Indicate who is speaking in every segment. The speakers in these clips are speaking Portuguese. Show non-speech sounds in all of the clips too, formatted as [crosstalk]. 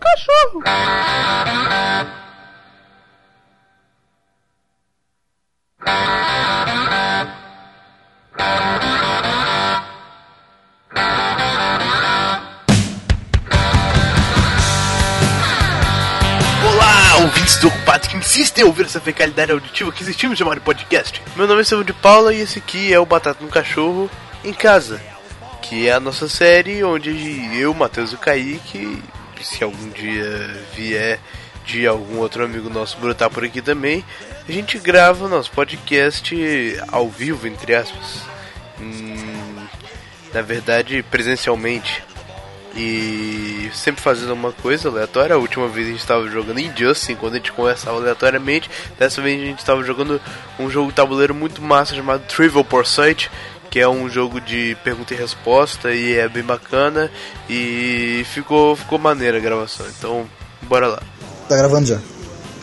Speaker 1: cachorro.
Speaker 2: Olá, ouvintes do Ocupado que insistem em ouvir essa fecalidade auditiva que existimos chamar de podcast. Meu nome é Silvio de Paula e esse aqui é o Batata no Cachorro em Casa, que é a nossa série onde eu, Matheus e o Kaique, se algum dia vier de algum outro amigo nosso brotar por aqui também, a gente grava o nosso podcast ao vivo, entre aspas. Hum, na verdade, presencialmente e sempre fazendo uma coisa aleatória. A última vez a gente estava jogando Injustice, quando a gente conversava aleatoriamente. Dessa vez a gente estava jogando um jogo de tabuleiro muito massa chamado Trivial Pursuit, que é um jogo de pergunta e resposta e é bem bacana. E ficou, ficou maneira a gravação, então bora lá.
Speaker 3: Tá gravando já,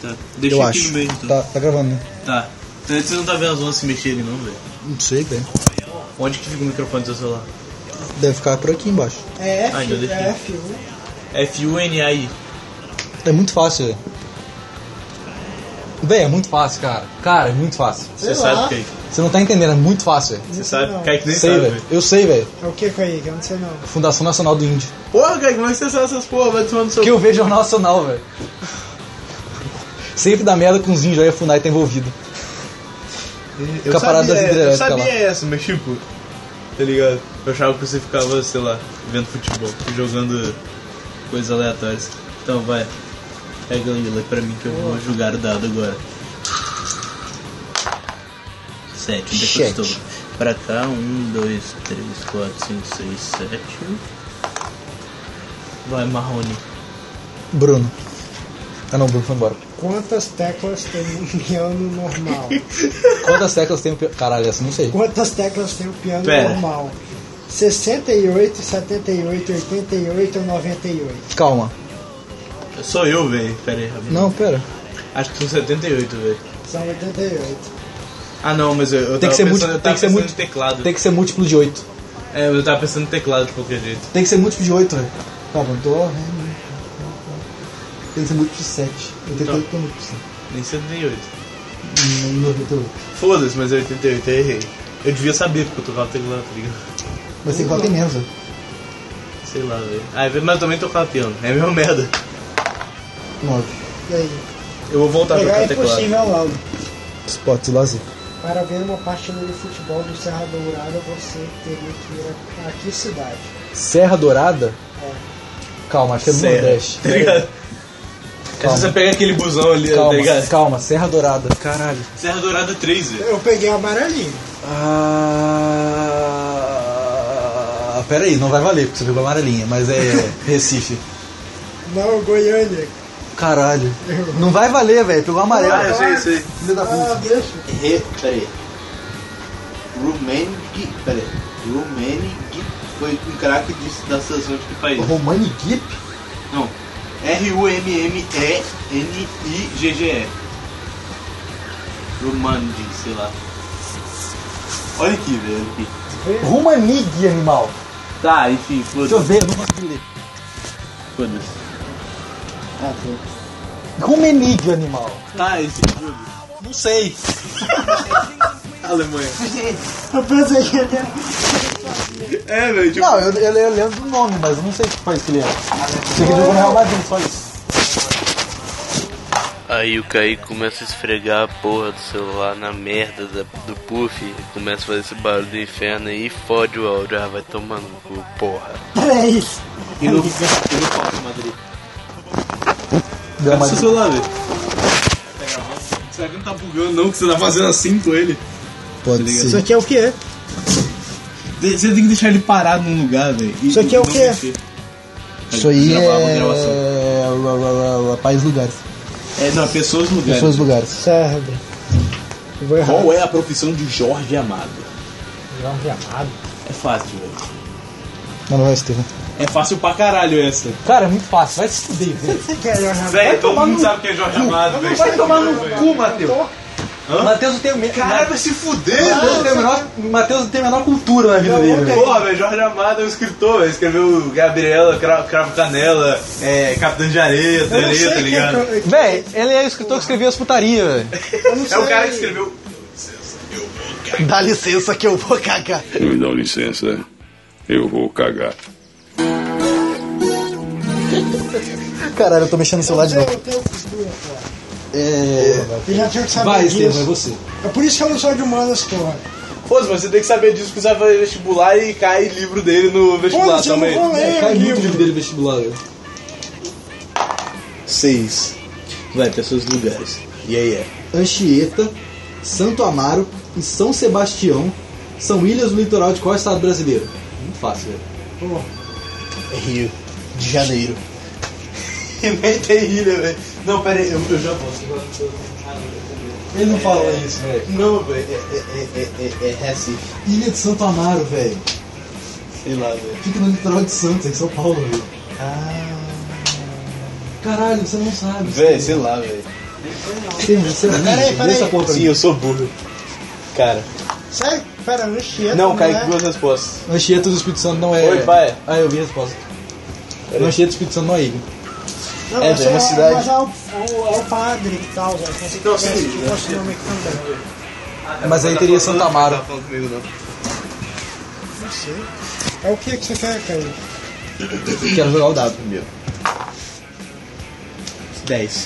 Speaker 4: Tá. Deixa
Speaker 3: eu
Speaker 4: aqui
Speaker 3: acho.
Speaker 4: no meio então. Tá.
Speaker 3: Tá, tá gravando, né?
Speaker 4: tá. Vocês não tá vendo as ondas se mexerem não, velho.
Speaker 3: Não sei, velho.
Speaker 4: Onde que fica o microfone do seu celular?
Speaker 3: Deve ficar por aqui embaixo.
Speaker 5: É F,
Speaker 4: Ah, ainda deixa.
Speaker 5: é F. U.
Speaker 4: F-U-N-A-I.
Speaker 3: É muito fácil, velho. Véi, é muito fácil, cara. Cara, é muito fácil.
Speaker 4: Você
Speaker 5: Sei
Speaker 4: sabe,
Speaker 5: lá.
Speaker 4: Kaique.
Speaker 3: Você não tá entendendo, é muito fácil, velho.
Speaker 4: Você
Speaker 5: Não sei
Speaker 4: sabe.
Speaker 5: não.
Speaker 4: Kaique nem
Speaker 3: Sei,
Speaker 4: sabe,
Speaker 3: velho.
Speaker 4: velho.
Speaker 3: Eu sei, velho.
Speaker 5: É o que, Kaique? Eu não sei não.
Speaker 3: Fundação Nacional do Índio.
Speaker 4: Porra, Kaique, como é que você sabe essas porra? Vai tomando seu...
Speaker 3: Porque eu vejo Jornal Nacional, velho. Sempre dá merda com os índios aí a Funai tá envolvido.
Speaker 4: Eu
Speaker 3: com a parada das
Speaker 4: sabia, eu
Speaker 3: hidrelétricas
Speaker 4: sabia
Speaker 3: assim lá.
Speaker 4: essa, mas tipo... Tá ligado? Eu achava que você ficava, sei lá, vendo futebol, jogando coisas aleatórias. Então vai. Pega ele lá pra mim que eu vou julgar o dado agora. Sete, onde é que eu
Speaker 3: Sete.
Speaker 4: estou? Pra cá, um, dois, três, quatro, cinco, seis, sete. Vai, Marrone.
Speaker 3: Bruno. Ah não, Bruno foi embora.
Speaker 5: Quantas teclas tem um piano normal?
Speaker 3: Quantas teclas tem o piano? Caralho, essa eu não sei.
Speaker 5: Quantas teclas tem um piano
Speaker 4: Pera.
Speaker 5: normal? 68, 78, 88 ou 98?
Speaker 3: Calma.
Speaker 4: Sou eu, velho. Pera aí, rapidinho.
Speaker 3: Não, pera.
Speaker 4: Acho que são 78, velho.
Speaker 5: São 88.
Speaker 4: Ah, não, mas eu, eu
Speaker 3: Tem
Speaker 4: tava
Speaker 3: que ser
Speaker 4: pensando,
Speaker 3: múltiplo-
Speaker 4: eu
Speaker 3: tem
Speaker 4: tava
Speaker 3: que ser
Speaker 4: pensando
Speaker 3: múltiplo-
Speaker 4: em teclado.
Speaker 3: Tem que ser múltiplo de 8.
Speaker 4: É, eu tava pensando em teclado de qualquer jeito.
Speaker 3: Tem que ser múltiplo de né? Tá 8, velho. Calma, dó, ré, mi, fá, fá, fá. Tem que ser múltiplo de 7. 88 é múltiplo de 7.
Speaker 4: Nem 78.
Speaker 3: Hum, 98.
Speaker 4: Foda-se, mas é 88, eu errei. Eu devia saber porque eu tocava teclado, tá ligado? [laughs]
Speaker 3: Mas tem que bater menos, velho.
Speaker 4: Sei lá, velho. Ah, é verdade, mas eu também tocava piano. É a mesma merda.
Speaker 3: 9.
Speaker 5: E aí?
Speaker 4: Eu vou voltar a
Speaker 5: Pegar
Speaker 4: tocar
Speaker 5: é
Speaker 4: teclado.
Speaker 5: impossível, Lauro.
Speaker 3: Esportes e lazer.
Speaker 5: Para ver uma partida de futebol do Serra Dourada, você teria que ir a, a que cidade?
Speaker 3: Serra Dourada?
Speaker 5: É.
Speaker 3: Calma, acho que é do
Speaker 4: Sério,
Speaker 3: Nordeste.
Speaker 4: Tá ligado? É
Speaker 3: Calma.
Speaker 4: só você pega aquele busão ali, tá
Speaker 3: Calma,
Speaker 4: ligado?
Speaker 3: calma, Serra Dourada. Caralho.
Speaker 4: Serra Dourada 3, velho.
Speaker 5: Eu peguei o amarelinho.
Speaker 3: Ah. Pera aí, não vai valer, porque você pegou amarelinha, mas [laughs] é Recife.
Speaker 5: Não, Goiânia.
Speaker 3: Caralho. Não vai valer, velho, pegou amarelo.
Speaker 2: Ah, eu sei, eu sei.
Speaker 3: Filho da
Speaker 5: Ah,
Speaker 3: puta.
Speaker 5: deixa.
Speaker 2: Errei, peraí. Rumenig, peraí. Rumenig foi um craque de- da seleção de que país?
Speaker 3: Romani Gip?
Speaker 2: Não. R-U-M-M-E-N-I-G-G-E. Rumandig, sei lá. Olha aqui, velho. olha aqui.
Speaker 3: Romanig, animal.
Speaker 2: Tá, enfim,
Speaker 3: Deixa eu
Speaker 2: foda-se.
Speaker 3: ver, eu não consigo ler.
Speaker 2: Foda-se.
Speaker 5: Ah, foi.
Speaker 3: Rumenig, animal.
Speaker 2: Tá, esse foda-se.
Speaker 3: Não sei.
Speaker 4: Alemanha.
Speaker 5: Eu pensei que ele ia...
Speaker 4: É, velho, tipo,
Speaker 3: Não, eu, eu, eu lembro do nome, mas eu não sei que país que ele é. Sei que ele jogou no Real Madrid, só isso.
Speaker 2: Aí o Kaique começa a esfregar a porra do celular na merda da- do puff, começa a fazer esse barulho do inferno aí e fode o áudio, ah, vai tomando cu, porra.
Speaker 5: Três.
Speaker 2: E no, e no Copa Madrid.
Speaker 5: É
Speaker 3: Real
Speaker 4: cadê seu
Speaker 3: Madrid.
Speaker 4: celular, velho? Tá gravando? Será que não tá bugando não, que você tá fazendo assim com ele?
Speaker 3: Pode
Speaker 4: ser.
Speaker 5: Isso aqui é o quê?
Speaker 4: De- Você tem que deixar ele parado num lugar, velho. e-
Speaker 5: Isso aqui é o
Speaker 4: não
Speaker 5: quê? é-
Speaker 4: mexer.
Speaker 3: Isso aí
Speaker 4: Gravar uma gravação.
Speaker 3: é. País Lugares.
Speaker 4: É, não, pessoas lugares.
Speaker 3: Pessoas Lugares.
Speaker 5: Serve. Eu vou errar.
Speaker 4: Qual é a profissão de Jorge Amado?
Speaker 5: Jorge Amado.
Speaker 4: É fácil, velho.
Speaker 3: Não, não vai se ter, né?
Speaker 4: É fácil pra caralho essa.
Speaker 3: Cara, é muito fácil, vai se fuder, velho.
Speaker 5: Você quer Jorge Amado?
Speaker 4: Véi, todo mundo sabe quem é Jorge Amado, velho.
Speaker 3: tomar no cu, Matheus.
Speaker 4: Hã?
Speaker 1: Matheus não tem o me-
Speaker 4: Cara, vai se fuder,
Speaker 1: Matheus não
Speaker 4: mano.
Speaker 1: tem a menor- Matheus não tem a menor cultura na vida
Speaker 5: Não,
Speaker 1: dele.
Speaker 5: ontem-
Speaker 1: velho.
Speaker 4: Porra, velho, Jorge Amado é um escritor, velho. escreveu Gabriela, Cra- Cravo Canela, é, Capitão de Areia,
Speaker 5: Eu não
Speaker 4: Areia, tá
Speaker 5: sei quem é.
Speaker 4: ligado?
Speaker 5: pro- eu-
Speaker 1: Véi, ele é o escritor que escreveu as putaria, velho.
Speaker 5: eu não
Speaker 4: É o
Speaker 5: sei.
Speaker 4: cara que escreveu.
Speaker 1: [laughs] Dá licença que eu vou cagar.
Speaker 6: Me dão licença, né? eu vou cagar.
Speaker 3: Caralho, eu tô mexendo no celular de
Speaker 5: Eu
Speaker 3: novo.
Speaker 5: tenho- eu tenho costura, porra.
Speaker 3: É.
Speaker 5: Você já tinha que saber
Speaker 1: Vai, Estevam, é
Speaker 5: disso.
Speaker 1: você.
Speaker 5: É por isso que eu não sou de humanas, porra.
Speaker 4: Pô, mas você tem que saber disso porque você vai fazer vestibular e cai livro dele no vestibular
Speaker 5: Foda-se, eu não um
Speaker 4: também.
Speaker 5: vou
Speaker 3: é,
Speaker 5: ler
Speaker 1: Cai
Speaker 5: o
Speaker 1: muito vídeo
Speaker 5: livro.
Speaker 1: dele vestibular, velho.
Speaker 4: Seis. Vai, pessoas dos lugares. E aí é.
Speaker 1: Anchieta, Santo Amaro e São Sebastião são ilhas do litoral de qual estado brasileiro? Muito fácil, velho.
Speaker 2: Rio de
Speaker 4: [laughs]
Speaker 2: Janeiro.
Speaker 4: Nem tem ilha, É velho. Não, pera aí, eu, eu já posso.
Speaker 1: Ele não fala isso, velho.
Speaker 4: Não, velho, é, é, é, é, é, é Recife.
Speaker 3: Ilha de Santo Amaro, velho.
Speaker 4: Sei lá, velho.
Speaker 3: Fica no litoral de Santos, em São Paulo, velho.
Speaker 5: Ah.
Speaker 3: Caralho, você não sabe.
Speaker 4: Véi, sei lá, velho.
Speaker 3: Estevam, você é burro.
Speaker 5: Peraí,
Speaker 3: Vê essa
Speaker 5: peraí.
Speaker 3: porra pra
Speaker 4: Sim, eu sou burro. Cara.
Speaker 5: Sério? Pera, não enxerga.
Speaker 4: Não, Kaique,
Speaker 5: é?
Speaker 4: duas respostas.
Speaker 3: mim. Anchieta do Espírito Santo não é.
Speaker 4: Oi, pai.
Speaker 3: Ah, eu vi a resposta.
Speaker 4: Peraí.
Speaker 3: Anchieta do Espírito Santo não é ilha.
Speaker 5: Não,
Speaker 4: É,
Speaker 5: mas
Speaker 4: velho, é uma cidade.
Speaker 5: Mas é o, o- é o padre que tal, velho. Não sei
Speaker 4: Não,
Speaker 5: que
Speaker 4: Então, sim, né?
Speaker 5: que fosse o nome que anda.
Speaker 3: Mas aí teria Santa Amaro.
Speaker 5: Não sei. É o que que você quer, Kaique?
Speaker 3: Quero jogar o dado primeiro.
Speaker 4: 10.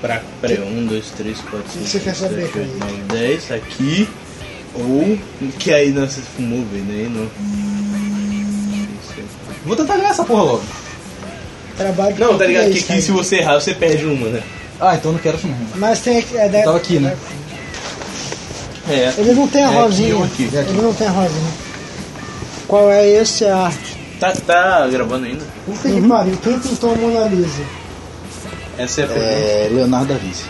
Speaker 4: Pra, peraí, 1, 2, 3, 4,
Speaker 5: que
Speaker 4: 5,
Speaker 5: você quer saber, cara?
Speaker 4: 9, 10, aqui. Ou. Que aí não, você fumou, velho, né? Não.
Speaker 3: Vou tentar ganhar essa porra logo.
Speaker 5: Trabalho
Speaker 4: Não, tá ligado? Que
Speaker 5: português,
Speaker 4: aqui se
Speaker 5: Kaique.
Speaker 4: você errar, você perde uma, né?
Speaker 3: Ah, então eu não quero isso mesmo.
Speaker 5: Mas tem aqui. É, deve-
Speaker 3: Tava aqui, né?
Speaker 4: É.
Speaker 5: Ele não tem a
Speaker 4: É aqui
Speaker 5: rosinha.
Speaker 4: ou aqui? É
Speaker 5: Ele não tem a rosinha. Qual é esse arte?
Speaker 4: Tá, tá gravando ainda?
Speaker 5: Puta que pariu. Quem pintou a Mona Lisa?
Speaker 4: Essa é a pergunta.
Speaker 3: Leonardo da Vinci.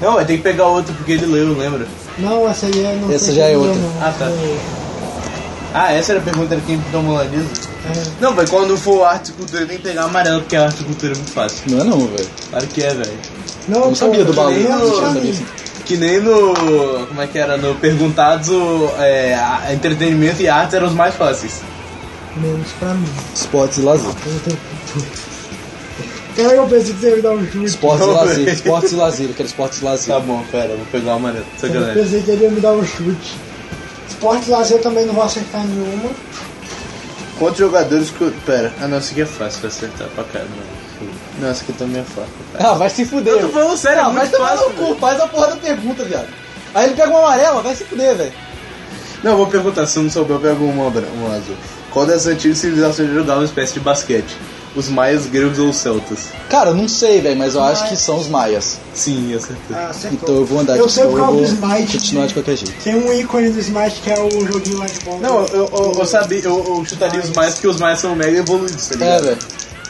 Speaker 4: Não, vai ter que pegar outro porque ele leu, lembra?
Speaker 5: Não, essa aí é. Não
Speaker 3: Essa
Speaker 5: foi
Speaker 3: já é
Speaker 5: quem
Speaker 3: outra.
Speaker 5: deu, não. É,
Speaker 4: Ah, tá.
Speaker 5: Foi-
Speaker 4: Ah, essa era a pergunta era quem tomou a lisa?
Speaker 5: é.
Speaker 4: Não, velho, quando for arte e cultura tem que pegar amarelo, porque a arte e cultura é muito fácil.
Speaker 3: Não é não, velho.
Speaker 4: Claro que é, velho.
Speaker 5: Não,
Speaker 3: Eu
Speaker 5: pô,
Speaker 3: não sabia do
Speaker 5: que
Speaker 3: balão.
Speaker 5: nem
Speaker 4: eu
Speaker 5: eu
Speaker 4: não
Speaker 5: sabia.
Speaker 3: sabia, sim.
Speaker 4: Que nem no. Como é que era? No Perguntados, o, é, a- entretenimento e arte eram os mais fáceis.
Speaker 5: Menos pra mim.
Speaker 3: Esportes e lazer.
Speaker 5: Eu não tenho Cara, É, eu pensei que você ia me dar um chute.
Speaker 3: Esportes e
Speaker 4: Não,
Speaker 3: lazer.
Speaker 4: velho.
Speaker 3: Esportes e lazer. Eu quero esportes e lazer.
Speaker 4: Tá bom, pera, vou pegar o amarelo.
Speaker 5: Eu
Speaker 4: Sacanagem.
Speaker 5: pensei que ele ia me dar um chute. Esporte e lazer também não vou acertar nenhuma.
Speaker 4: Quantos jogadores que. eu- Pera. Ah, não, essa aqui é fácil pra acertar pra caramba. Não, essa aqui também é fácil.
Speaker 3: Ah, vai se fuder.
Speaker 4: Eu tô falando sério, é
Speaker 3: Ah, vai
Speaker 4: muito
Speaker 3: tomar
Speaker 4: fácil.
Speaker 3: no
Speaker 4: velho.
Speaker 3: cu. Faz a porra da pergunta, viado. Aí ele pega uma amarela, vai se fuder, velho.
Speaker 4: Não, eu vou perguntar, se eu não souber, eu pego uma, bran- uma azul. Qual das antigas civilizações jogava uma espécie de basquete? Os maias, gregos ou os celtas?
Speaker 3: Cara, eu não sei, velho, mas eu acho
Speaker 5: Maias.
Speaker 3: que são os maias.
Speaker 4: Sim, acertei.
Speaker 5: Ah, acertou.
Speaker 3: Então eu vou andar
Speaker 5: Eu
Speaker 3: de
Speaker 5: sei
Speaker 3: boa,
Speaker 5: por causa
Speaker 3: eu
Speaker 5: do
Speaker 3: vou
Speaker 5: Smite.
Speaker 3: Continuar de qualquer jeito.
Speaker 5: Tem um ícone do Smash que é o joguinho lá de bola.
Speaker 4: Não, eu, eu, eu sabia, eu, eu chutaria os maias porque os maias são mega evoluídos, tá
Speaker 3: É,
Speaker 4: ligado?
Speaker 3: velho.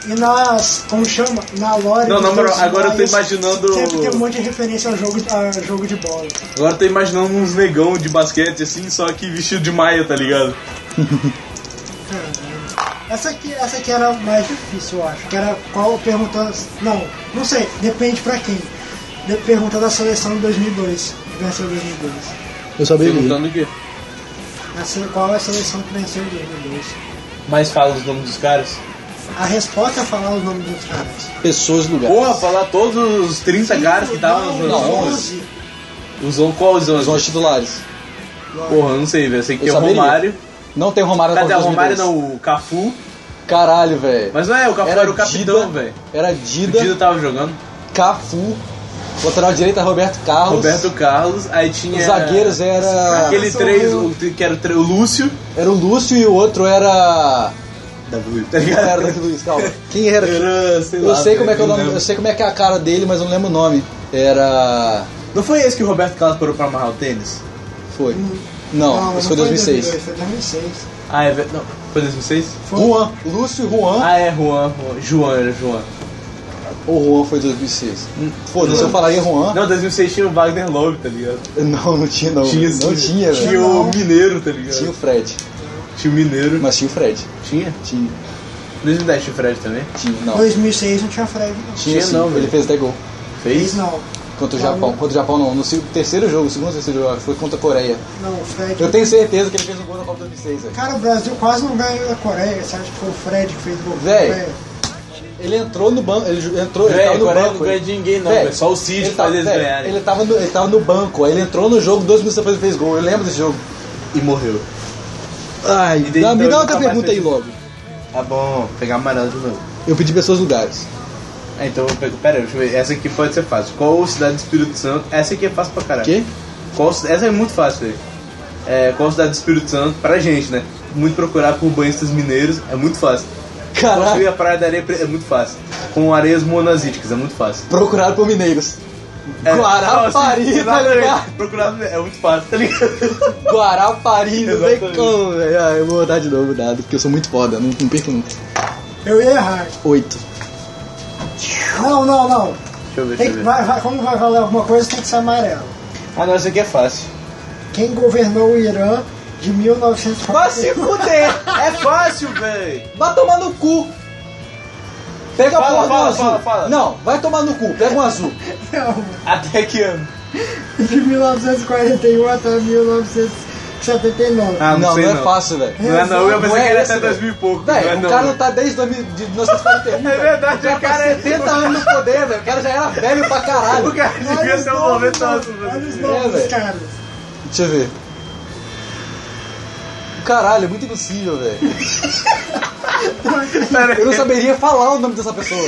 Speaker 5: E nas. Como chama? Na lore.
Speaker 4: Não,
Speaker 5: dos
Speaker 4: na moral,
Speaker 5: dois
Speaker 4: agora eu tô
Speaker 5: Marios,
Speaker 4: imaginando-
Speaker 5: Sempre tem um monte de referência ao jogo, a jogo de bola.
Speaker 4: É. Agora eu tô imaginando uns negão de basquete assim, só que vestido de maia, tá ligado?
Speaker 5: Caralho. Essa aqui, essa aqui era mais difícil, eu acho. Que era qual perguntando. Não, não sei, depende pra quem. De, pergunta da seleção de 2002. Que venceu 2002.
Speaker 3: Eu só bebi.
Speaker 4: o quê?
Speaker 5: A se- qual é a seleção que venceu 2002?
Speaker 4: Mas fala os nomes dos caras.
Speaker 5: A resposta é falar os nomes dos caras.
Speaker 3: Pessoas e lugares.
Speaker 4: Porra, falar todos os 30 caras que estavam
Speaker 5: Não,
Speaker 4: na
Speaker 3: não,
Speaker 4: zona.
Speaker 3: onze.
Speaker 5: 11.
Speaker 4: Os on- qual os
Speaker 3: Os
Speaker 4: 11?
Speaker 3: onze titulares.
Speaker 4: Porra, não sei, velho. Sei que
Speaker 3: Eu
Speaker 4: tem o
Speaker 3: saberia.
Speaker 4: Romário.
Speaker 3: Não tem Romário na
Speaker 4: Cadê
Speaker 3: Copa
Speaker 4: o Romário?
Speaker 3: 2002.
Speaker 4: Não, o Cafu.
Speaker 3: Caralho, velho.
Speaker 4: Mas não é, o Cafu era, o
Speaker 3: Dida-
Speaker 4: capitão, velho.
Speaker 3: Era
Speaker 4: O
Speaker 3: Dida,
Speaker 4: Dida tava jogando.
Speaker 3: Cafu, lateral direito era Roberto Carlos.
Speaker 4: Roberto Carlos. Aí tinha.
Speaker 3: Os zagueiros né? era.
Speaker 4: Aquele
Speaker 5: Sou
Speaker 4: três,
Speaker 5: eu.
Speaker 4: o, que era o, tre- o Lúcio.
Speaker 3: Era o Lúcio e o outro era.
Speaker 4: Davi. Tá
Speaker 3: Quem era
Speaker 4: ligado?
Speaker 3: daqui do Luiz, calma. Quem era?
Speaker 4: Era, sei
Speaker 3: Eu
Speaker 4: lá,
Speaker 3: sei como é
Speaker 4: velho,
Speaker 3: que é o
Speaker 4: não
Speaker 3: nome.
Speaker 4: lembro.
Speaker 3: Eu sei como é que é a cara dele, mas eu não lembro o nome. Era.
Speaker 4: Não foi esse que o Roberto Carlos parou pra amarrar o tênis?
Speaker 3: Foi. Não, isso foi 2006.
Speaker 5: Foi 2006.
Speaker 4: Ah, é verdade. Não, foi 2006?
Speaker 3: Juan, Lúcio e Juan.
Speaker 4: Ah, é, Juan. Juan. Juan, era Juan.
Speaker 3: Ou Juan foi 2006? Foda-se, eu falaria Juan.
Speaker 4: Hum. Não, 2006 tinha o Wagner Love, tá ligado?
Speaker 3: Não, não tinha, não.
Speaker 4: Tinha
Speaker 3: não tinha,
Speaker 4: Tinha
Speaker 3: velho.
Speaker 4: o Mineiro, tá ligado?
Speaker 3: Tinha o Fred.
Speaker 4: Tinha o Mineiro.
Speaker 3: Mas tinha o Fred.
Speaker 4: Tinha?
Speaker 3: Tinha,
Speaker 4: 2010 tinha o Fred também?
Speaker 3: tinha, não.
Speaker 5: 2006 não tinha Fred,
Speaker 3: Tinha
Speaker 5: não.
Speaker 4: Tinha
Speaker 3: sim,
Speaker 4: não, velho.
Speaker 3: ele fez até gol.
Speaker 5: Fez não.
Speaker 3: Contra o Japão. Contra o Japão não. No se- terceiro jogo, segundo ou terceiro jogo, acho que foi contra a Coreia.
Speaker 5: Não, o Fred.
Speaker 3: Eu tenho certeza que ele fez um gol na Copa 2006, velho.
Speaker 5: Cara, o Brasil quase não ganhou da Coreia. Você acha que foi o Fred que fez o gol?
Speaker 3: Véi.
Speaker 5: Foi.
Speaker 3: Ele entrou no banco, ele ju- entrou, ele
Speaker 4: Véi,
Speaker 3: tava no
Speaker 4: Coreia
Speaker 3: banco.
Speaker 4: não ganha
Speaker 3: ele-
Speaker 4: de ninguém, não,
Speaker 3: Véi,
Speaker 4: véi. Só o Cid
Speaker 3: ele
Speaker 4: faz
Speaker 3: tava-
Speaker 4: eles
Speaker 3: véi,
Speaker 4: ganharem.
Speaker 3: Ele tava, no, ele tava no banco, aí ele entrou no jogo, dois minutos depois ele fez gol, eu lembro desse jogo.
Speaker 7: E morreu.
Speaker 3: Ai,
Speaker 4: desde
Speaker 3: dá- me
Speaker 4: então
Speaker 3: dá
Speaker 4: ele
Speaker 3: outra
Speaker 4: nunca mais
Speaker 3: pergunta aí
Speaker 4: fez
Speaker 3: logo.
Speaker 7: Tá bom, vou pegar amarelo de novo.
Speaker 3: Eu pedi pessoas lugares.
Speaker 7: Ah, então eu pego. Pera, deixa eu ver. Essa aqui pode ser fácil. Qual cidade do Espírito Santo? Essa aqui é fácil pra caralho.
Speaker 3: Quê?
Speaker 7: Qual, ci- essa é muito fácil, velho. É, qual cidade do Espírito Santo? Pra gente, né? Muito procurar por banhistas mineiros é muito fácil.
Speaker 3: Caralho,
Speaker 7: Construir a praia da areia Pre- é muito fácil. Com areias monazíticas é muito fácil.
Speaker 3: procuraram por mineiros.
Speaker 7: É,
Speaker 3: Guarapari,
Speaker 7: não,
Speaker 3: tá
Speaker 7: assim,
Speaker 3: ligado?
Speaker 7: Procurar é muito fácil, tá ligado? [laughs]
Speaker 3: Guarapari, não tem
Speaker 7: Exatamente.
Speaker 3: como, velho. Ah, eu vou rodar de novo o dado, porque eu sou muito foda, não, não perco nunca.
Speaker 5: Eu ia errar.
Speaker 3: Oito.
Speaker 5: Não, não, não.
Speaker 7: Deixa eu ver,
Speaker 5: Tem
Speaker 7: deixa
Speaker 5: que-
Speaker 3: É
Speaker 7: eu ver.
Speaker 5: vai- vai- como vai valer alguma coisa, tem que ser amarelo.
Speaker 7: Ah, não, essa aqui é fácil.
Speaker 5: Quem governou o Irã de
Speaker 3: Vai se
Speaker 5: 1940?
Speaker 3: fuder!
Speaker 7: É fácil, velho!
Speaker 3: Vai tomar no cu! Pega
Speaker 4: Fala,
Speaker 3: a porra
Speaker 4: fala,
Speaker 3: do azul!
Speaker 4: fala, fala.
Speaker 3: Não, vai tomar no cu, pega um azul.
Speaker 5: Não,
Speaker 4: Até que ano?
Speaker 5: [laughs] de 1941 até 1979.
Speaker 7: Ah, não,
Speaker 3: não,
Speaker 7: sei
Speaker 3: não
Speaker 7: não.
Speaker 3: é fácil, velho.
Speaker 7: Não é não, eu pensei
Speaker 3: Não é
Speaker 7: que era
Speaker 3: essa,
Speaker 7: até 2000 e pouco.
Speaker 3: Véi,
Speaker 7: é
Speaker 3: o
Speaker 7: não,
Speaker 3: cara
Speaker 7: velho.
Speaker 3: não tá desde 2000 de 1941.
Speaker 7: É [laughs] verdade,
Speaker 3: o cara tá
Speaker 7: cara.
Speaker 3: 70 anos no poder, velho. O cara já era velho pra
Speaker 7: O
Speaker 3: caralho.
Speaker 7: cara devia ser um momento nosso,
Speaker 5: Olha os
Speaker 7: velho.
Speaker 3: É,
Speaker 5: nomes,
Speaker 3: velho.
Speaker 5: cara.
Speaker 3: Deixa eu ver. Caralho, é muito impossível, velho.
Speaker 7: Pera
Speaker 3: Eu não saberia falar o nome
Speaker 7: [laughs]
Speaker 3: dessa pessoa.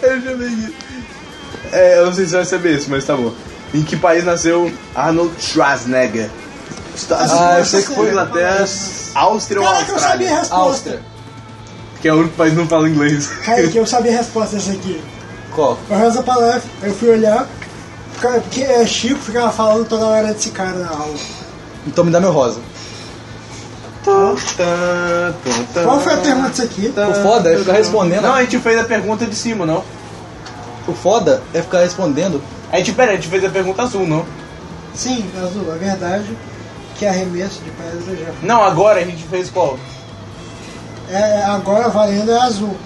Speaker 7: Eu já vi. É, eu não sei se você vai saber isso, mas tá bom. Em que país nasceu Arnold Schwarzenegger? Estados
Speaker 3: Ah, eu
Speaker 7: Unidos,
Speaker 3: sei que foi-
Speaker 7: Inglaterra, Áustria ou
Speaker 5: Caraca, eu sabia
Speaker 7: Austrália?
Speaker 5: a resposta.
Speaker 3: Áustria.
Speaker 7: Que é o único país que não fala inglês.
Speaker 5: Kaique, eu sabia a resposta dessa aqui.
Speaker 3: Qual?
Speaker 5: O Rosa Palaf, eu fui olhar, cara, porque é Chico ficava falando toda hora desse cara na aula.
Speaker 3: Então me dá meu rosa.
Speaker 5: Qual foi a pergunta disso aqui?
Speaker 3: O foda é ficar respondendo.
Speaker 4: Não, a gente fez a pergunta de cima, não.
Speaker 3: O foda é ficar respondendo.
Speaker 4: A gente, pera, a gente fez a pergunta azul, não.
Speaker 5: Sim, Azul, é verdade que é arremesso de pedras do Japão.
Speaker 4: Não, agora a gente fez qual?
Speaker 5: É, agora valendo é azul.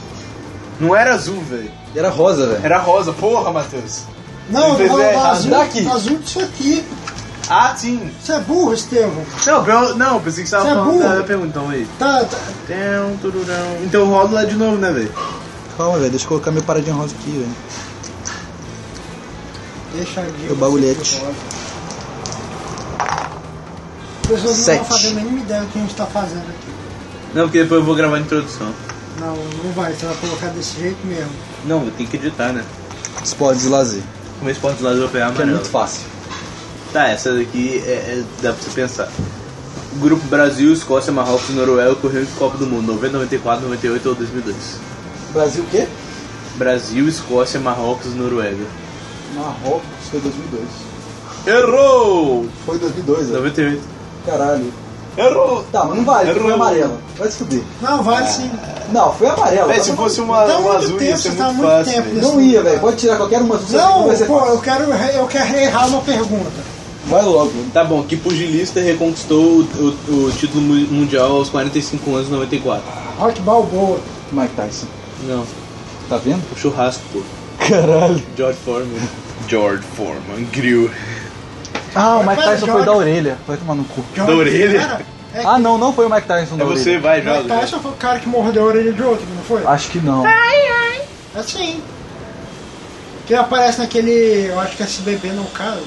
Speaker 4: Não era azul, velho.
Speaker 3: Era rosa, velho.
Speaker 4: Era rosa. Porra, Matheus.
Speaker 5: Não,
Speaker 4: Você
Speaker 5: eu tô
Speaker 4: fez
Speaker 5: falando
Speaker 4: errado. Tá
Speaker 5: azul,
Speaker 3: Daqui.
Speaker 5: azul disso aqui.
Speaker 4: Ah, sim.
Speaker 5: Você é burro, Estevão.
Speaker 7: Não, eu, não, eu pensei que você tava
Speaker 5: Você é
Speaker 7: falando
Speaker 5: burro?
Speaker 7: da pergunta, então aí.
Speaker 5: Tá, tá.
Speaker 7: Tem um tururão. Então roda lá de novo, né, velho?
Speaker 3: Calma, velho. Deixa eu colocar meu paradinho rosa aqui, velho.
Speaker 5: Deixa aqui.
Speaker 3: O bagulhete.
Speaker 5: As pessoas não
Speaker 3: Sete.
Speaker 5: estão fazendo a mínima ideia do que a gente tá fazendo aqui.
Speaker 4: Não, porque depois eu vou gravar a introdução.
Speaker 5: Não, não vai, você vai colocar desse jeito mesmo.
Speaker 4: Não, eu tenho que editar, né?
Speaker 3: Esportes e lazer.
Speaker 4: Como esporte lá eu vou pegar
Speaker 3: Que é
Speaker 4: amarelo.
Speaker 3: muito fácil.
Speaker 4: né? Tá, essa daqui é, é- dá pra você pensar. Grupo Brasil, Escócia, Marrocos e Noruega correndo Copa do Mundo, 90, 94, 98 ou 2002.
Speaker 3: Brasil o quê?
Speaker 4: Brasil, Escócia, Marrocos e Noruega.
Speaker 3: Marrocos foi 2002.
Speaker 4: Errou!
Speaker 3: Foi 2002, velho.
Speaker 4: 98.
Speaker 3: Caralho.
Speaker 4: Errou!
Speaker 3: Tá, mas não vale, porque foi
Speaker 4: Errou.
Speaker 3: amarela. Vai se fuder.
Speaker 5: Não, vale sim.
Speaker 3: Não, foi amarela.
Speaker 4: Véi,
Speaker 3: Vai
Speaker 4: É, se
Speaker 3: se
Speaker 4: fosse uma,
Speaker 5: Tá
Speaker 4: uma Ah,
Speaker 5: muito
Speaker 4: azul, ia
Speaker 5: tempo,
Speaker 4: ser
Speaker 5: tá
Speaker 4: muito
Speaker 5: muito
Speaker 4: fácil. né?
Speaker 5: tempo.
Speaker 4: velho.
Speaker 3: Não ia, velho. Pode tirar qualquer uma. sua,
Speaker 5: Não,
Speaker 3: vai ser
Speaker 5: pô,
Speaker 3: fácil.
Speaker 5: eu quero, re- eu quero errar uma pergunta.
Speaker 3: Vai logo.
Speaker 4: Tá bom, que pugilista reconquistou o, o- o título mu- mundial aos 45 anos em 94?
Speaker 5: Rock Balboa.
Speaker 3: Mike Tyson.
Speaker 4: Não,
Speaker 3: Tá vendo?
Speaker 4: o churrasco, pô.
Speaker 3: Caralho.
Speaker 4: George Foreman. George Foreman, grill.
Speaker 3: Ah, o Mike
Speaker 5: Mas,
Speaker 3: Tyson foi
Speaker 5: Jorge-
Speaker 3: da orelha. Vai tomar no cu.
Speaker 5: Jorge,
Speaker 4: orelha?
Speaker 5: Cara, é,
Speaker 3: Ah, não, não tá, foi o Mike Tyson da
Speaker 4: É você,
Speaker 3: orelha.
Speaker 4: vai,
Speaker 5: Mike
Speaker 4: joga.
Speaker 5: Tyson foi o cara que mordeu a orelha de outro, não foi?
Speaker 3: Acho que não.
Speaker 5: É sim. Que aparece naquele. Eu acho que SBB não caso.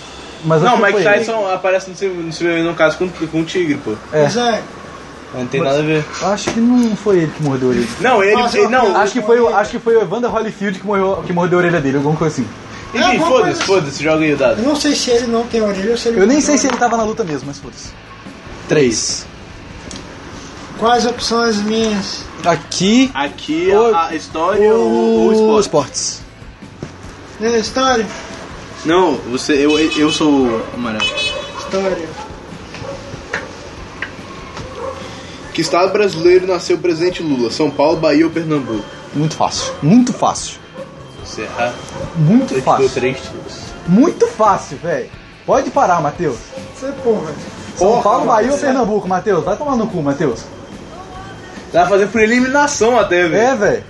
Speaker 3: Mas
Speaker 4: Não,
Speaker 3: acho que
Speaker 4: Mike
Speaker 3: foi né? ele.
Speaker 4: Tyson aparece no seu, no seu no caso com, com um tigre, pô.
Speaker 3: É.
Speaker 5: Pois é.
Speaker 4: Não tem nada a ver.
Speaker 3: Acho que não foi ele que mordeu a orelha.
Speaker 4: Não, ele.
Speaker 5: Mas,
Speaker 4: ele- não,
Speaker 5: ó,
Speaker 3: Acho que foi, o- acho que foi o Evander Holyfield que, morreu, que mordeu a orelha dele, alguma coisa assim.
Speaker 4: enfim,
Speaker 5: alguma
Speaker 4: foda-se,
Speaker 5: coisa-
Speaker 4: foda-se, joga aí o
Speaker 5: Eu
Speaker 4: dado.
Speaker 5: não sei se ele não tem orelha ou se ele.
Speaker 3: Eu nem sei se ele tava na luta mesmo, mas foda-se. Três.
Speaker 5: Quais opções minhas?
Speaker 3: Aqui,
Speaker 4: Aqui
Speaker 3: O-
Speaker 4: a, a história ou o
Speaker 3: o
Speaker 4: esporte?
Speaker 3: esportes.
Speaker 5: É, história?
Speaker 4: Não, você. Eu, eu sou o amarelo.
Speaker 5: História.
Speaker 7: Que estado brasileiro nasceu o presidente Lula? São Paulo, Bahia ou Pernambuco?
Speaker 3: Muito fácil. Muito fácil.
Speaker 4: Você errar,
Speaker 3: Muito
Speaker 4: eu te dou
Speaker 3: fácil.
Speaker 4: três tiros.
Speaker 3: Muito fácil, velho. Pode parar, Matheus.
Speaker 5: Você porra.
Speaker 3: São Paulo, Bahia ou Pernambuco, Matheus? Vai tomar no cu, Matheus.
Speaker 4: Dá pra fazer por eliminação até, velho.
Speaker 3: É, velho.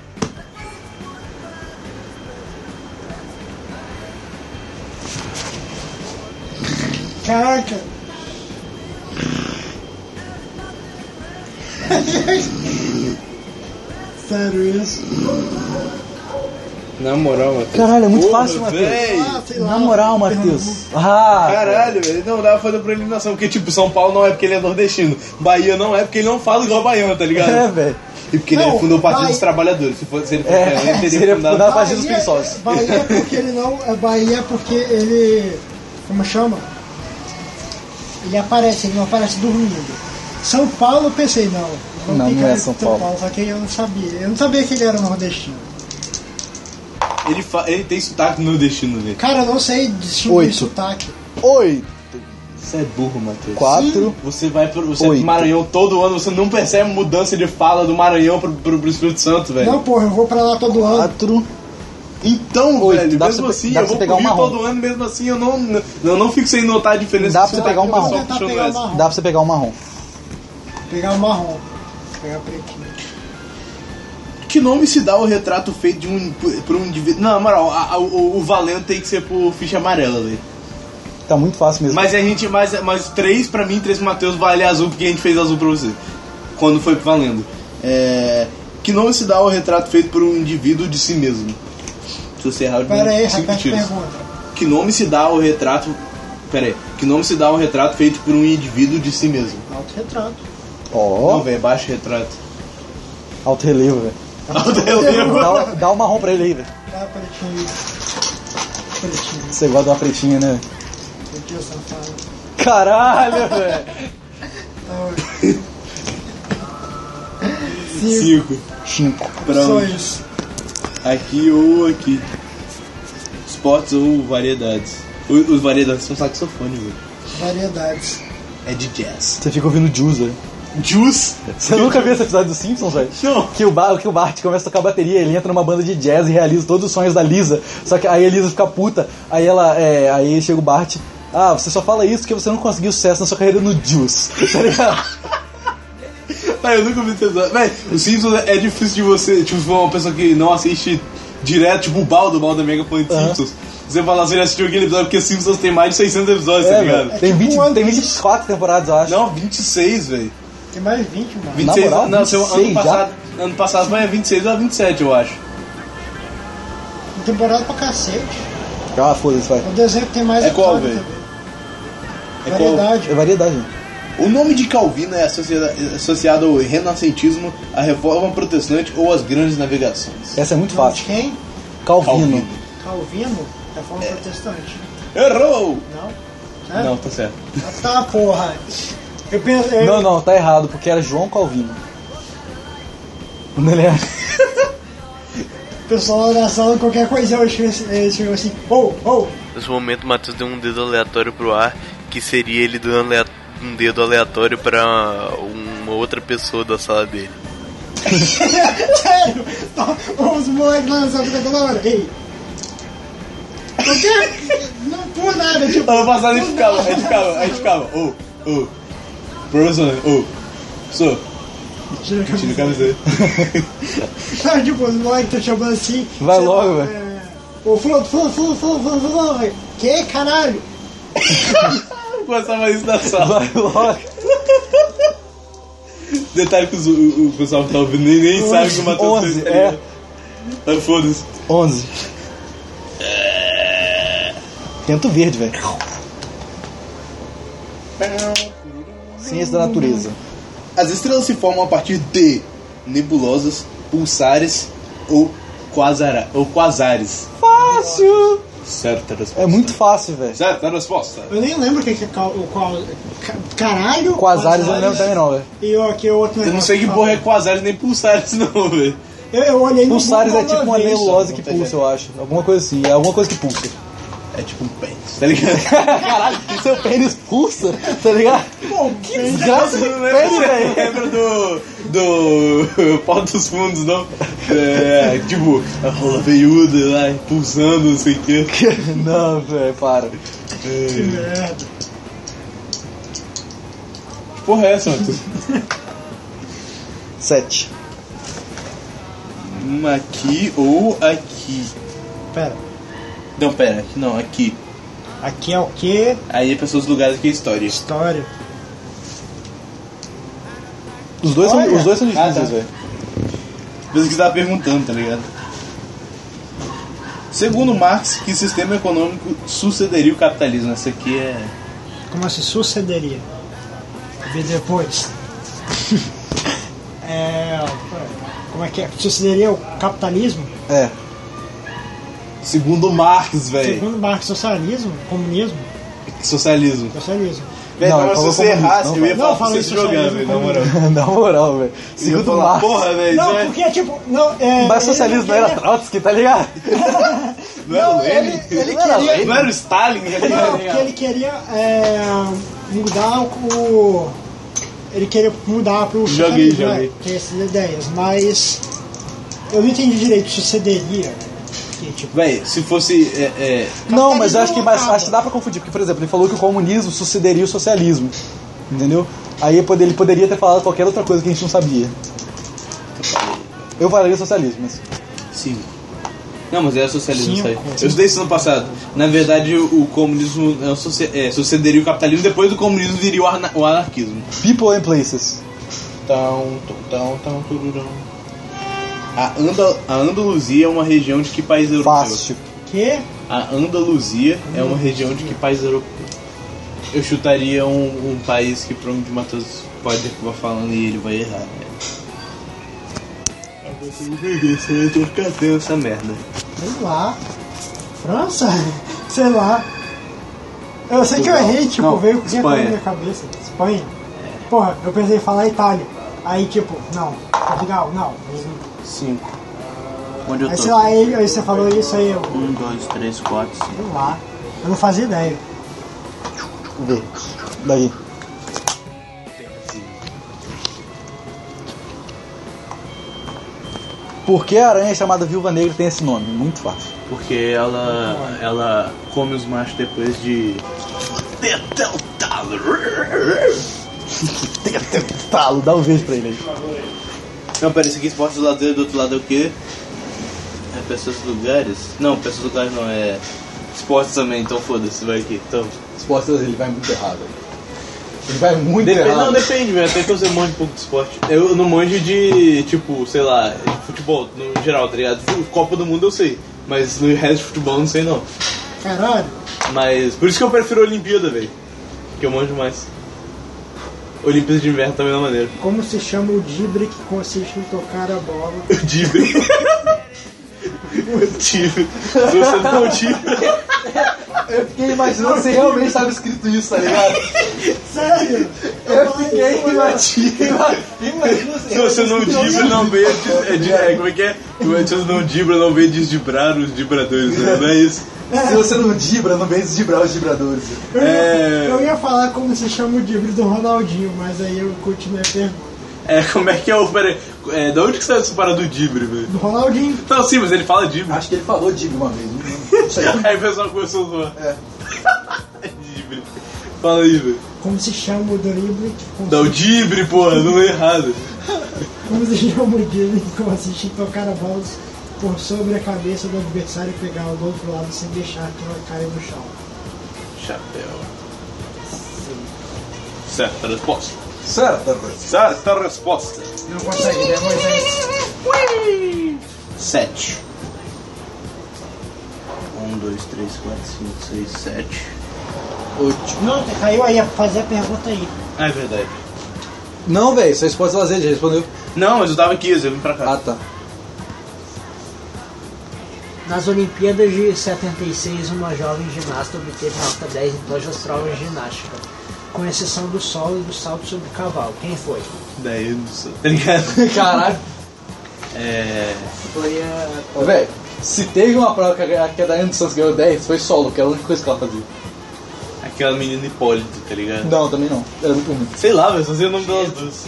Speaker 5: Caraca. [laughs] Sério isso?
Speaker 4: Na moral, Matheus.
Speaker 3: Caralho, é muito
Speaker 8: Porra,
Speaker 3: fácil, Matheus.
Speaker 8: véi.
Speaker 5: Ah, sei lá.
Speaker 3: Na moral, Matheus. Ah,
Speaker 4: Caralho, velho, não dá pra fazer por eliminação, porque tipo, São Paulo não é porque ele é nordestino, Bahia não é porque ele não fala igual baiano, tá ligado?
Speaker 3: é, velho.
Speaker 4: E porque
Speaker 5: Não,
Speaker 4: ele fundou o Partido
Speaker 5: Bahia-
Speaker 4: dos Trabalhadores, se, fosse, se ele fosse
Speaker 3: É, [laughs]
Speaker 4: baiano, ele
Speaker 3: seria
Speaker 4: teria fundado...
Speaker 3: fundado- Parte dos preguiçosos.
Speaker 5: é- Bahia porque ele não. É Bahia porque ele. Como chama? Ele aparece, ele não aparece dormindo. São Paulo eu pensei, não.
Speaker 3: Não,
Speaker 5: tem
Speaker 3: não
Speaker 5: cara
Speaker 3: é
Speaker 5: de
Speaker 3: São Paulo.
Speaker 5: Só que eu não sabia. Eu não sabia que ele era nordestino.
Speaker 4: Ele, fa- ele tem sotaque nordestino, velho.
Speaker 5: Cara, eu não sei distinguir
Speaker 3: Oito.
Speaker 5: sotaque.
Speaker 3: Oito,
Speaker 4: Você é burro, Matheus.
Speaker 3: quatro.
Speaker 4: Você vai pro, você é
Speaker 3: Oito.
Speaker 4: pro Maranhão todo ano, você não percebe mudança de fala do Maranhão pro, pro, pro Espírito Santo, velho.
Speaker 5: Não, porra, eu vou pra lá todo ano.
Speaker 3: Quatro.
Speaker 4: Então,
Speaker 3: Oito,
Speaker 4: velho,
Speaker 3: dá pra
Speaker 4: mesmo
Speaker 3: você-
Speaker 4: assim,
Speaker 3: dá
Speaker 4: eu
Speaker 3: pra
Speaker 4: vou
Speaker 3: você pegar
Speaker 4: pro Rio
Speaker 3: um marrom.
Speaker 4: todo ano, mesmo assim, eu não, eu não fico sem notar a diferença.
Speaker 3: Dá pra
Speaker 4: do
Speaker 3: você
Speaker 4: sotaque
Speaker 3: pegar um
Speaker 4: do
Speaker 3: marrom.
Speaker 4: pessoal
Speaker 5: Tentar
Speaker 4: puxando
Speaker 5: pegar o
Speaker 4: essa.
Speaker 5: marrom.
Speaker 3: Dá pra você pegar um marrom.
Speaker 5: Pegar o marrom. Pegar o pretinho.
Speaker 4: Que nome se dá o retrato feito de um, por um indivíduo? Não, na moral, a- a- o, o Valendo tem que ser por ficha amarela, velho.
Speaker 3: Tá muito fácil mesmo.
Speaker 4: Mas a gente, mas, mas três pra mim, três pro Matheus vale azul, porque a gente fez azul pra você. Quando foi pro Valendo. É, que nome se dá o retrato feito por um indivíduo de si mesmo? Se você errar, eu te
Speaker 5: Pera aí,
Speaker 4: dou cinco
Speaker 5: repete a
Speaker 4: tiros.
Speaker 5: pergunta.
Speaker 4: Que nome se dá o retrato... Pera aí. Que nome se dá o retrato feito por um indivíduo de si mesmo?
Speaker 5: Autorretrato.
Speaker 4: Não,
Speaker 3: Ó,
Speaker 4: velho, é baixo retrato.
Speaker 3: alto relevo, velho. Dá, dá um marrom pra ele aí, velho.
Speaker 5: Dá pretinho. Pretinho.
Speaker 3: Você gosta de uma pretinha, né?
Speaker 5: Pretinho safado.
Speaker 3: [laughs] Caralho, velho.
Speaker 4: Cinco.
Speaker 3: Cinco.
Speaker 4: um
Speaker 5: Opções.
Speaker 4: Aqui ou aqui. Esportes ou variedades. O- Os variedades são saxofone, velho.
Speaker 5: Variedades.
Speaker 4: É de jazz.
Speaker 3: Você fica ouvindo Juice, né? velho.
Speaker 4: Juice?
Speaker 3: Você nunca viu esse episódio dos Simpsons, velho?
Speaker 4: Não.
Speaker 3: Que o, Bar- que o Bart começa a tocar bateria, ele entra numa banda de jazz e realiza todos os sonhos da Lisa. Só que aí a Lisa fica puta, aí ela. É, aí chega o Bart. Ah, você só fala isso porque você não conseguiu sucesso na sua carreira no Juice. [laughs] Tá ligado?
Speaker 4: Mas eu nunca vi esse episódio. Véi, o Simpsons é difícil de você, tipo, se for uma pessoa que não assiste direto, tipo o Baldo, o Baldo é mega fã de
Speaker 3: Aham.
Speaker 4: Simpsons. Você fala assim, ele assistiu aquele episódio porque Simpsons tem mais de 600 episódios, tá ligado?
Speaker 3: É, tem,
Speaker 5: tipo
Speaker 3: 20,
Speaker 5: One
Speaker 3: tem
Speaker 5: Piece.
Speaker 3: 24 temporadas, eu acho.
Speaker 4: Não, 26, velho.
Speaker 5: Tem mais 20, mano.
Speaker 4: 26,
Speaker 3: moral,
Speaker 4: não, seu
Speaker 3: 26
Speaker 4: ano passado, ano passado foi a 26 ou a 27, eu acho.
Speaker 5: Temporada pra cacete.
Speaker 3: Ah, foda-se, vai.
Speaker 5: O desenho que tem mais
Speaker 4: É qual,
Speaker 5: episódio
Speaker 4: velho?
Speaker 5: também.
Speaker 4: É
Speaker 5: Variedade.
Speaker 3: É variedade, velho.
Speaker 4: O nome de Calvino é associa- associado ao renascentismo, à reforma protestante ou às grandes navegações.
Speaker 3: Essa é muito
Speaker 5: Nome de
Speaker 3: fácil.
Speaker 5: Então, quem?
Speaker 3: Calvino.
Speaker 5: Calvino? É forma protestante.
Speaker 4: Errou!
Speaker 5: Não? É?
Speaker 4: Não, tá certo.
Speaker 5: Ah, Tá, porra. Eu penso. Eu...
Speaker 3: Não, não, tá errado, porque era João
Speaker 4: [laughs]
Speaker 3: Calvino. Quando ele é era.
Speaker 5: O pessoal na sala, qualquer coisa, eu chego assim- eu chego assim, ou, ou.
Speaker 2: Nesse momento, o Matheus deu um dedo aleatório pro ar, que seria ele dando alea- um dedo aleatório pra uma outra pessoa da sala dele.
Speaker 5: [laughs] Sério? Tá, Os moleques lá na sala ficam toda hora. Ei. Qualquer. Não por nada, tipo. [laughs]
Speaker 4: Ano passado a gente
Speaker 5: por
Speaker 4: ficava, a
Speaker 5: nada.
Speaker 4: gente ficava, a gente ficava. Ô, ô, professor, ô, sou,
Speaker 5: Tira a
Speaker 4: tira a
Speaker 5: camisa.
Speaker 4: camiseta.
Speaker 5: Sabe, tipo, os moleques estão chamando assim.
Speaker 3: Vai
Speaker 5: sei lá,
Speaker 3: logo, velho.
Speaker 5: é, Ô, fulano, fulano, fulano, fulano, fulano, fulano, velho. Que caralho?
Speaker 4: Eu Gostava isso
Speaker 3: [laughs]
Speaker 4: na sala.
Speaker 3: Vai logo.
Speaker 4: Detalhe que os- o, o pessoal que tá ouvindo nem, nem sabe que o Matheus
Speaker 3: 11,
Speaker 4: tá
Speaker 3: é.
Speaker 4: ligado? Ah, foda-se.
Speaker 3: 11. Tento verde, velho. Ciência da natureza.
Speaker 4: As estrelas se formam a partir de nebulosas, pulsares ou quasara, ou quasares.
Speaker 3: Fácil!
Speaker 4: Certa resposta.
Speaker 3: É muito fácil, velho.
Speaker 4: Certa resposta.
Speaker 5: Eu nem lembro o que que é cal- o qual. ca- Caralho?
Speaker 3: Quasares eu não lembro
Speaker 5: Quasares.
Speaker 3: também não, velho.
Speaker 5: E ó, aqui o outro
Speaker 4: Eu não sei que
Speaker 5: negócio.
Speaker 4: porra é quasares nem pulsares não, velho.
Speaker 5: Eu, eu olhei no
Speaker 3: Pulsares é
Speaker 5: Google
Speaker 3: tipo uma
Speaker 5: vez.
Speaker 3: nebulosa que
Speaker 4: não tem
Speaker 3: pulsa, eu acho. Alguma coisa assim. É alguma coisa que pulsa.
Speaker 4: É tipo um pênis, tá ligado? [laughs]
Speaker 3: Caralho, [laughs] seu pênis pulsa, tá ligado? que desgraça de
Speaker 4: né?
Speaker 3: pênis, velho.
Speaker 4: Lembra do. do. [laughs] Pau dos Fundos, não? É, tipo, a rola veiuda lá, pulsando, não sei o quê.
Speaker 3: Não, velho, para.
Speaker 5: Que merda.
Speaker 4: Que porra é essa, Matheus?
Speaker 3: Sete.
Speaker 4: Uma aqui ou aqui?
Speaker 5: Pera.
Speaker 4: Não, pera, aqui não, aqui.
Speaker 5: Aqui é o quê?
Speaker 4: Aí é pessoas, lugares que é história.
Speaker 5: História.
Speaker 3: Os dois,
Speaker 5: Olha.
Speaker 3: são, os dois são
Speaker 4: Ah,
Speaker 3: difíceis,
Speaker 4: tá.
Speaker 3: velho.
Speaker 4: Pelo que você tava perguntando, tá ligado? Segundo Marx, que sistema econômico sucederia o capitalismo? Essa aqui é.
Speaker 5: Como se sucederia? Vê depois. [laughs] é, como é que é? Sucederia o capitalismo?
Speaker 3: É. [laughs]
Speaker 4: Segundo Marx, velho.
Speaker 5: Segundo Marx, socialismo? Comunismo?
Speaker 4: Socialismo.
Speaker 5: Socialismo.
Speaker 4: Velho,
Speaker 3: Não,
Speaker 4: na hora
Speaker 3: ele falou
Speaker 4: se você
Speaker 3: comunismo,
Speaker 4: errasse, eu ia
Speaker 5: não,
Speaker 4: falar pra
Speaker 5: fala
Speaker 4: você
Speaker 5: isso,
Speaker 4: se jogando,
Speaker 5: socialismo,
Speaker 4: velho, na moral.
Speaker 3: Na moral, velho.
Speaker 4: Eu ia
Speaker 3: Segundo
Speaker 4: falar,
Speaker 3: Marx.
Speaker 4: porra, velho,
Speaker 5: Não,
Speaker 4: isso é-
Speaker 5: porque tipo. Não, é,
Speaker 3: Mas
Speaker 5: ele-
Speaker 3: socialismo não
Speaker 5: ele-
Speaker 3: era Trotsky, tá ligado?
Speaker 4: Não era o Lenin?
Speaker 5: ele queria.
Speaker 4: Não era o Stalin?
Speaker 5: Não, porque ele queria é, mudar o. Ele queria mudar pro
Speaker 4: Joguei,
Speaker 5: socialismo, né?
Speaker 4: joguei.
Speaker 5: Tem essas ideias, mas. Eu não entendi direito sucederia. Que, tipo,
Speaker 4: Velho, se fosse. É, é,
Speaker 3: Não, mas eu acho que, mas,
Speaker 5: acaba.
Speaker 3: acho que dá pra confundir, porque, por exemplo, ele falou que o comunismo sucederia o socialismo. Entendeu? Aí ele pode- ele poderia ter falado qualquer outra coisa que a gente não sabia. Eu falaria socialismo, mas.
Speaker 4: Sim. Não, mas era socialismo,
Speaker 5: Cinco.
Speaker 4: sabe? Eu estudei isso ano passado. Na verdade, o, o comunismo é, o soci- é, sucederia o capitalismo, depois do comunismo viria o, ana- o anarquismo.
Speaker 3: People and places.
Speaker 4: Tão, tão, tão, tão, tururão. A, Andal a Andaluzia é uma região de que país europeu?
Speaker 3: Fácil.
Speaker 5: que?
Speaker 4: A Andaluzia é uma região de que país europeu? Eu chutaria um, um país que para onde o Matheus pode acabar falando e ele vai errar. né? Ah, você me preguiça, eu tô ficando essa merda.
Speaker 5: Sei lá. França? [laughs] Sei lá. Eu sei que eu errei, tipo,
Speaker 4: Não,
Speaker 5: veio com na
Speaker 4: Espanha.
Speaker 5: minha cabeça. Espanha? Porra, eu pensei em falar Itália. Aí, tipo, não. Portugal, não.
Speaker 4: Cinco. Onde eu
Speaker 5: Aí,
Speaker 4: tô?
Speaker 5: sei lá, aí, aí você falou isso aí, eu.
Speaker 4: Um, dois, três, quatro, cinco.
Speaker 5: Sei lá. Eu não fazia ideia.
Speaker 3: Daí. Por que a aranha chamada Viúva Negra tem esse nome? Muito
Speaker 9: [laughs]
Speaker 3: fácil.
Speaker 4: Porque ela. ela come os machos depois de. Deteltá-lo.
Speaker 9: Tá.
Speaker 3: Talo, dá um beijo pra ele aí.
Speaker 4: Não, pera, isso aqui esporte do lado dele, do outro lado é o quê? É pessoas e lugares? Não, pessoas e lugares não, é. Esportes também, então foda-se, vai aqui. Então.
Speaker 9: Esporte ele vai muito errado. Ele vai muito
Speaker 4: Depende-
Speaker 9: errado.
Speaker 4: não, depende, velho. Até que eu manjo um pouco de esporte. Eu não manjo de, tipo, sei lá, de futebol no geral, tá ligado? Fu- Copa do Mundo eu sei, mas no resto de futebol eu não sei não.
Speaker 5: Caralho.
Speaker 4: Mas por isso que eu prefiro a Olimpíada, velho. Que eu manjo mais. Olimpíada de inverno também é [laughs] maneiro.
Speaker 5: Como se chama o dibre que consiste em tocar a bola?
Speaker 4: O Dibre. [laughs] o Dibre. Se você não é o Dibre.
Speaker 3: Eu fiquei imaginando se realmente estava escrito isso, tá ligado?
Speaker 5: Sério? Eu falei isso, mano.
Speaker 3: Imagina
Speaker 4: Se você não dibra, não veio. É, de- é, como é que é? Se você não dibra, não veio desdibrar os dibradores, né? Não é isso?
Speaker 3: Se você não dibra, não vem desdibrar os dibradores.
Speaker 5: Eu,
Speaker 4: É.
Speaker 5: ia, eu ia falar como se chama o dibre do Ronaldinho, mas aí eu continuei a pergunta.
Speaker 4: É, como é que é o. Pera aí, é, da onde que saiu essa parada do Dibre, velho?
Speaker 5: Do Ronaldinho.
Speaker 4: Não, sim, mas ele fala Dibre.
Speaker 9: Acho que ele falou Dibre uma vez.
Speaker 4: [laughs] Aí o pessoal começou a zoar. [laughs] Dibre. Fala aí, velho.
Speaker 5: Como se chama o drible que consiste
Speaker 4: Não, Dibre, porra, não é errado.
Speaker 5: Como se chama o drible que consiste em tocar a bola por sobre a cabeça do adversário e pegá-la do outro lado sem deixar que ela caia no chão.
Speaker 4: Chapéu. Certa resposta.
Speaker 9: Certo,
Speaker 4: Certa resposta.
Speaker 5: Não consegue, né? Mas é aí...
Speaker 4: Sete. Um, dois, três, quatro, cinco, seis, sete.
Speaker 5: Não, caiu aí, fazer a pergunta aí.
Speaker 4: Ah, é verdade.
Speaker 9: Não, velho, só esporte e lazer, já respondeu.
Speaker 4: Não, mas eu tava aqui, eu vim pra cá.
Speaker 9: Ah, tá.
Speaker 10: Nas Olimpíadas de 76, uma jovem ginasta obteve nota 10 em todas as provas de ginástica, com exceção do solo e do salto sobre o cavalo. Quem foi?
Speaker 4: Daí eu não sei. Tá ligado?
Speaker 9: Caralho.
Speaker 4: É.
Speaker 10: Foi a.
Speaker 9: Ô, velho, se teve uma prova que a, que a Daiane dos Santos ganhou 10, foi solo, que era a única coisa que ela fazia.
Speaker 4: Aquela menina Hipólito, tá ligado?
Speaker 9: Não, também não. Era muito ruim.
Speaker 4: Sei lá, velho, só sei o nome delas duas.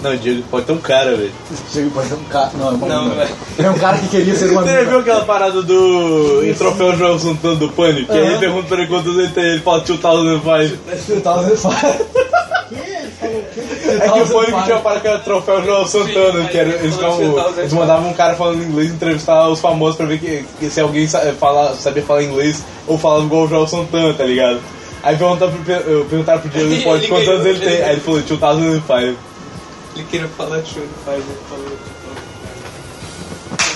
Speaker 4: Não, Diego pode ter um cara, velho.
Speaker 9: Chega pra ser um cara. Não, é bom.
Speaker 4: Não, velho.
Speaker 9: É um cara que queria ser uma
Speaker 4: Você já
Speaker 9: mina.
Speaker 4: viu aquela parada do. em troféu João Santana do Pânico? Aí ele
Speaker 9: [laughs]
Speaker 4: pergunta pra ele quantos ele tem, ele fala tio Talon vai.
Speaker 9: Eu tava fazendo-
Speaker 5: Que? Ele falou o quê?
Speaker 4: É que foi o que tinha para que era troféu João Santana, que era, eles, ficavam, eles mandavam um cara falando inglês entrevistar os famosos pra ver que, que se alguém sa fala, sabia falar inglês ou falava igual o João Santana, tá ligado? Aí perguntaram pro, eu- perguntaram pro Diego
Speaker 11: [laughs] Ele-
Speaker 4: Forte
Speaker 11: ele
Speaker 4: quantos
Speaker 11: ganhou,
Speaker 4: anos ele
Speaker 11: ele
Speaker 4: tem.
Speaker 11: ganhou.
Speaker 4: Aí ele falou, 2005.
Speaker 11: Ele queria falar show do pai, não falou.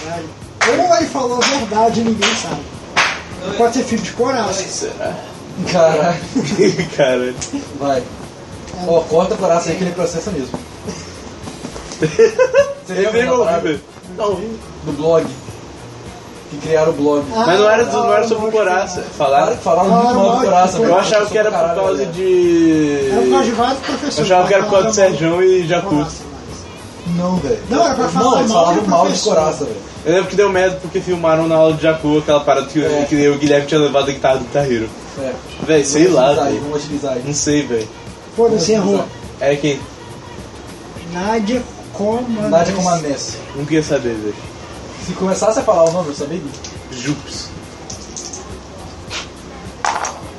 Speaker 5: Caralho. Ou ele falou a verdade e ninguém sabe. Pode ser filho de coraça.
Speaker 3: Caralho.
Speaker 4: [laughs] Cara,
Speaker 3: Vai. Ó, corta o coração aí que ele processa mesmo. Você
Speaker 4: ele
Speaker 3: lembra
Speaker 4: nem
Speaker 3: da parada
Speaker 4: ouviu.
Speaker 3: do blog? Que criaram o blog.
Speaker 4: Mas não era, não era sobre o Coraça.
Speaker 3: Falaram
Speaker 4: Falaram.
Speaker 3: que falaram muito
Speaker 5: Ah. Falaram
Speaker 3: mal
Speaker 5: mal
Speaker 3: do
Speaker 5: de-
Speaker 3: coraça,
Speaker 4: Eu achava que era por causa
Speaker 3: né?
Speaker 4: de.
Speaker 5: Era por causa de vários professores.
Speaker 4: Eu achava que era por causa de Sergião e Jacu.
Speaker 5: Coraça, mas-
Speaker 3: Não, velho.
Speaker 5: Não, era pra falar
Speaker 3: Não, eles
Speaker 5: mal de
Speaker 3: falaram mal de
Speaker 5: professor.
Speaker 3: coraça, velho.
Speaker 4: Eu lembro que deu medo porque filmaram na aula de Jacu aquela parada que,
Speaker 3: É.
Speaker 4: que eu e o Guilherme tinha levado a guitarra do Guitar Hero.
Speaker 3: É.
Speaker 4: Véi, sei lá,
Speaker 3: Vamos utilizar aí,
Speaker 4: velho.
Speaker 3: Vamos utilizar aí.
Speaker 4: Não sei, velho.
Speaker 5: Foda-se, errou.
Speaker 4: É quem?
Speaker 5: Nádia Comandes.
Speaker 3: Nádia Comandes.
Speaker 4: Não queria saber, velho.
Speaker 3: Se começasse a falar o nome, eu sabia?
Speaker 4: Jups.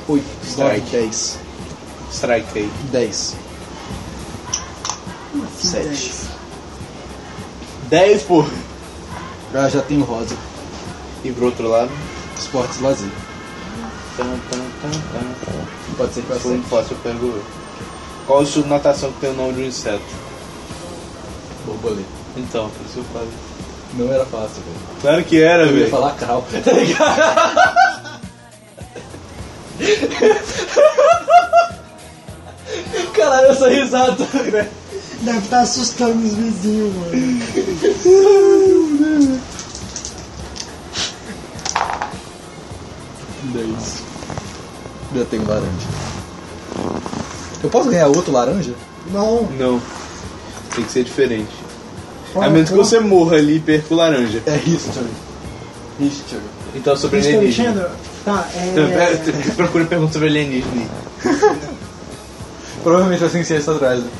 Speaker 3: Oito.
Speaker 4: Strike.
Speaker 3: 10.
Speaker 4: Strike aí.
Speaker 3: 10.
Speaker 5: Sete.
Speaker 4: 10, pô.
Speaker 3: Ah, já tenho rosa.
Speaker 4: E pro outro lado.
Speaker 3: Esportes lazer.
Speaker 4: Tam, tam, tam,
Speaker 3: Pode ser que eu
Speaker 4: tam. Se for muito
Speaker 3: aceite.
Speaker 4: fácil, eu pego. Qual o estilo de natação que tem o nome de um inseto?
Speaker 3: Borboleta.
Speaker 4: Então, por isso eu falo.
Speaker 3: Não era fácil, velho.
Speaker 4: Claro que era,
Speaker 3: Eu ia
Speaker 4: velho.
Speaker 3: falar [laughs] cal. Caralho, essa risada, velho.
Speaker 5: Deve estar assustando os vizinhos, mano.
Speaker 3: Eu tenho laranja. Eu posso ganhar outro laranja?
Speaker 5: Não.
Speaker 4: Não. Tem que ser diferente. A
Speaker 5: Fala,
Speaker 4: menos É que
Speaker 5: fala.
Speaker 4: você morra ali e perca o laranja.
Speaker 3: É history. History.
Speaker 4: Então sobre
Speaker 5: Isso que eu
Speaker 4: alienígena.
Speaker 5: entendo. Tá,
Speaker 4: Então, [laughs] pera-
Speaker 5: é.
Speaker 4: tu- tu Procura perguntas sobre alienígena.
Speaker 3: Provavelmente vai ser ciência atrás, né?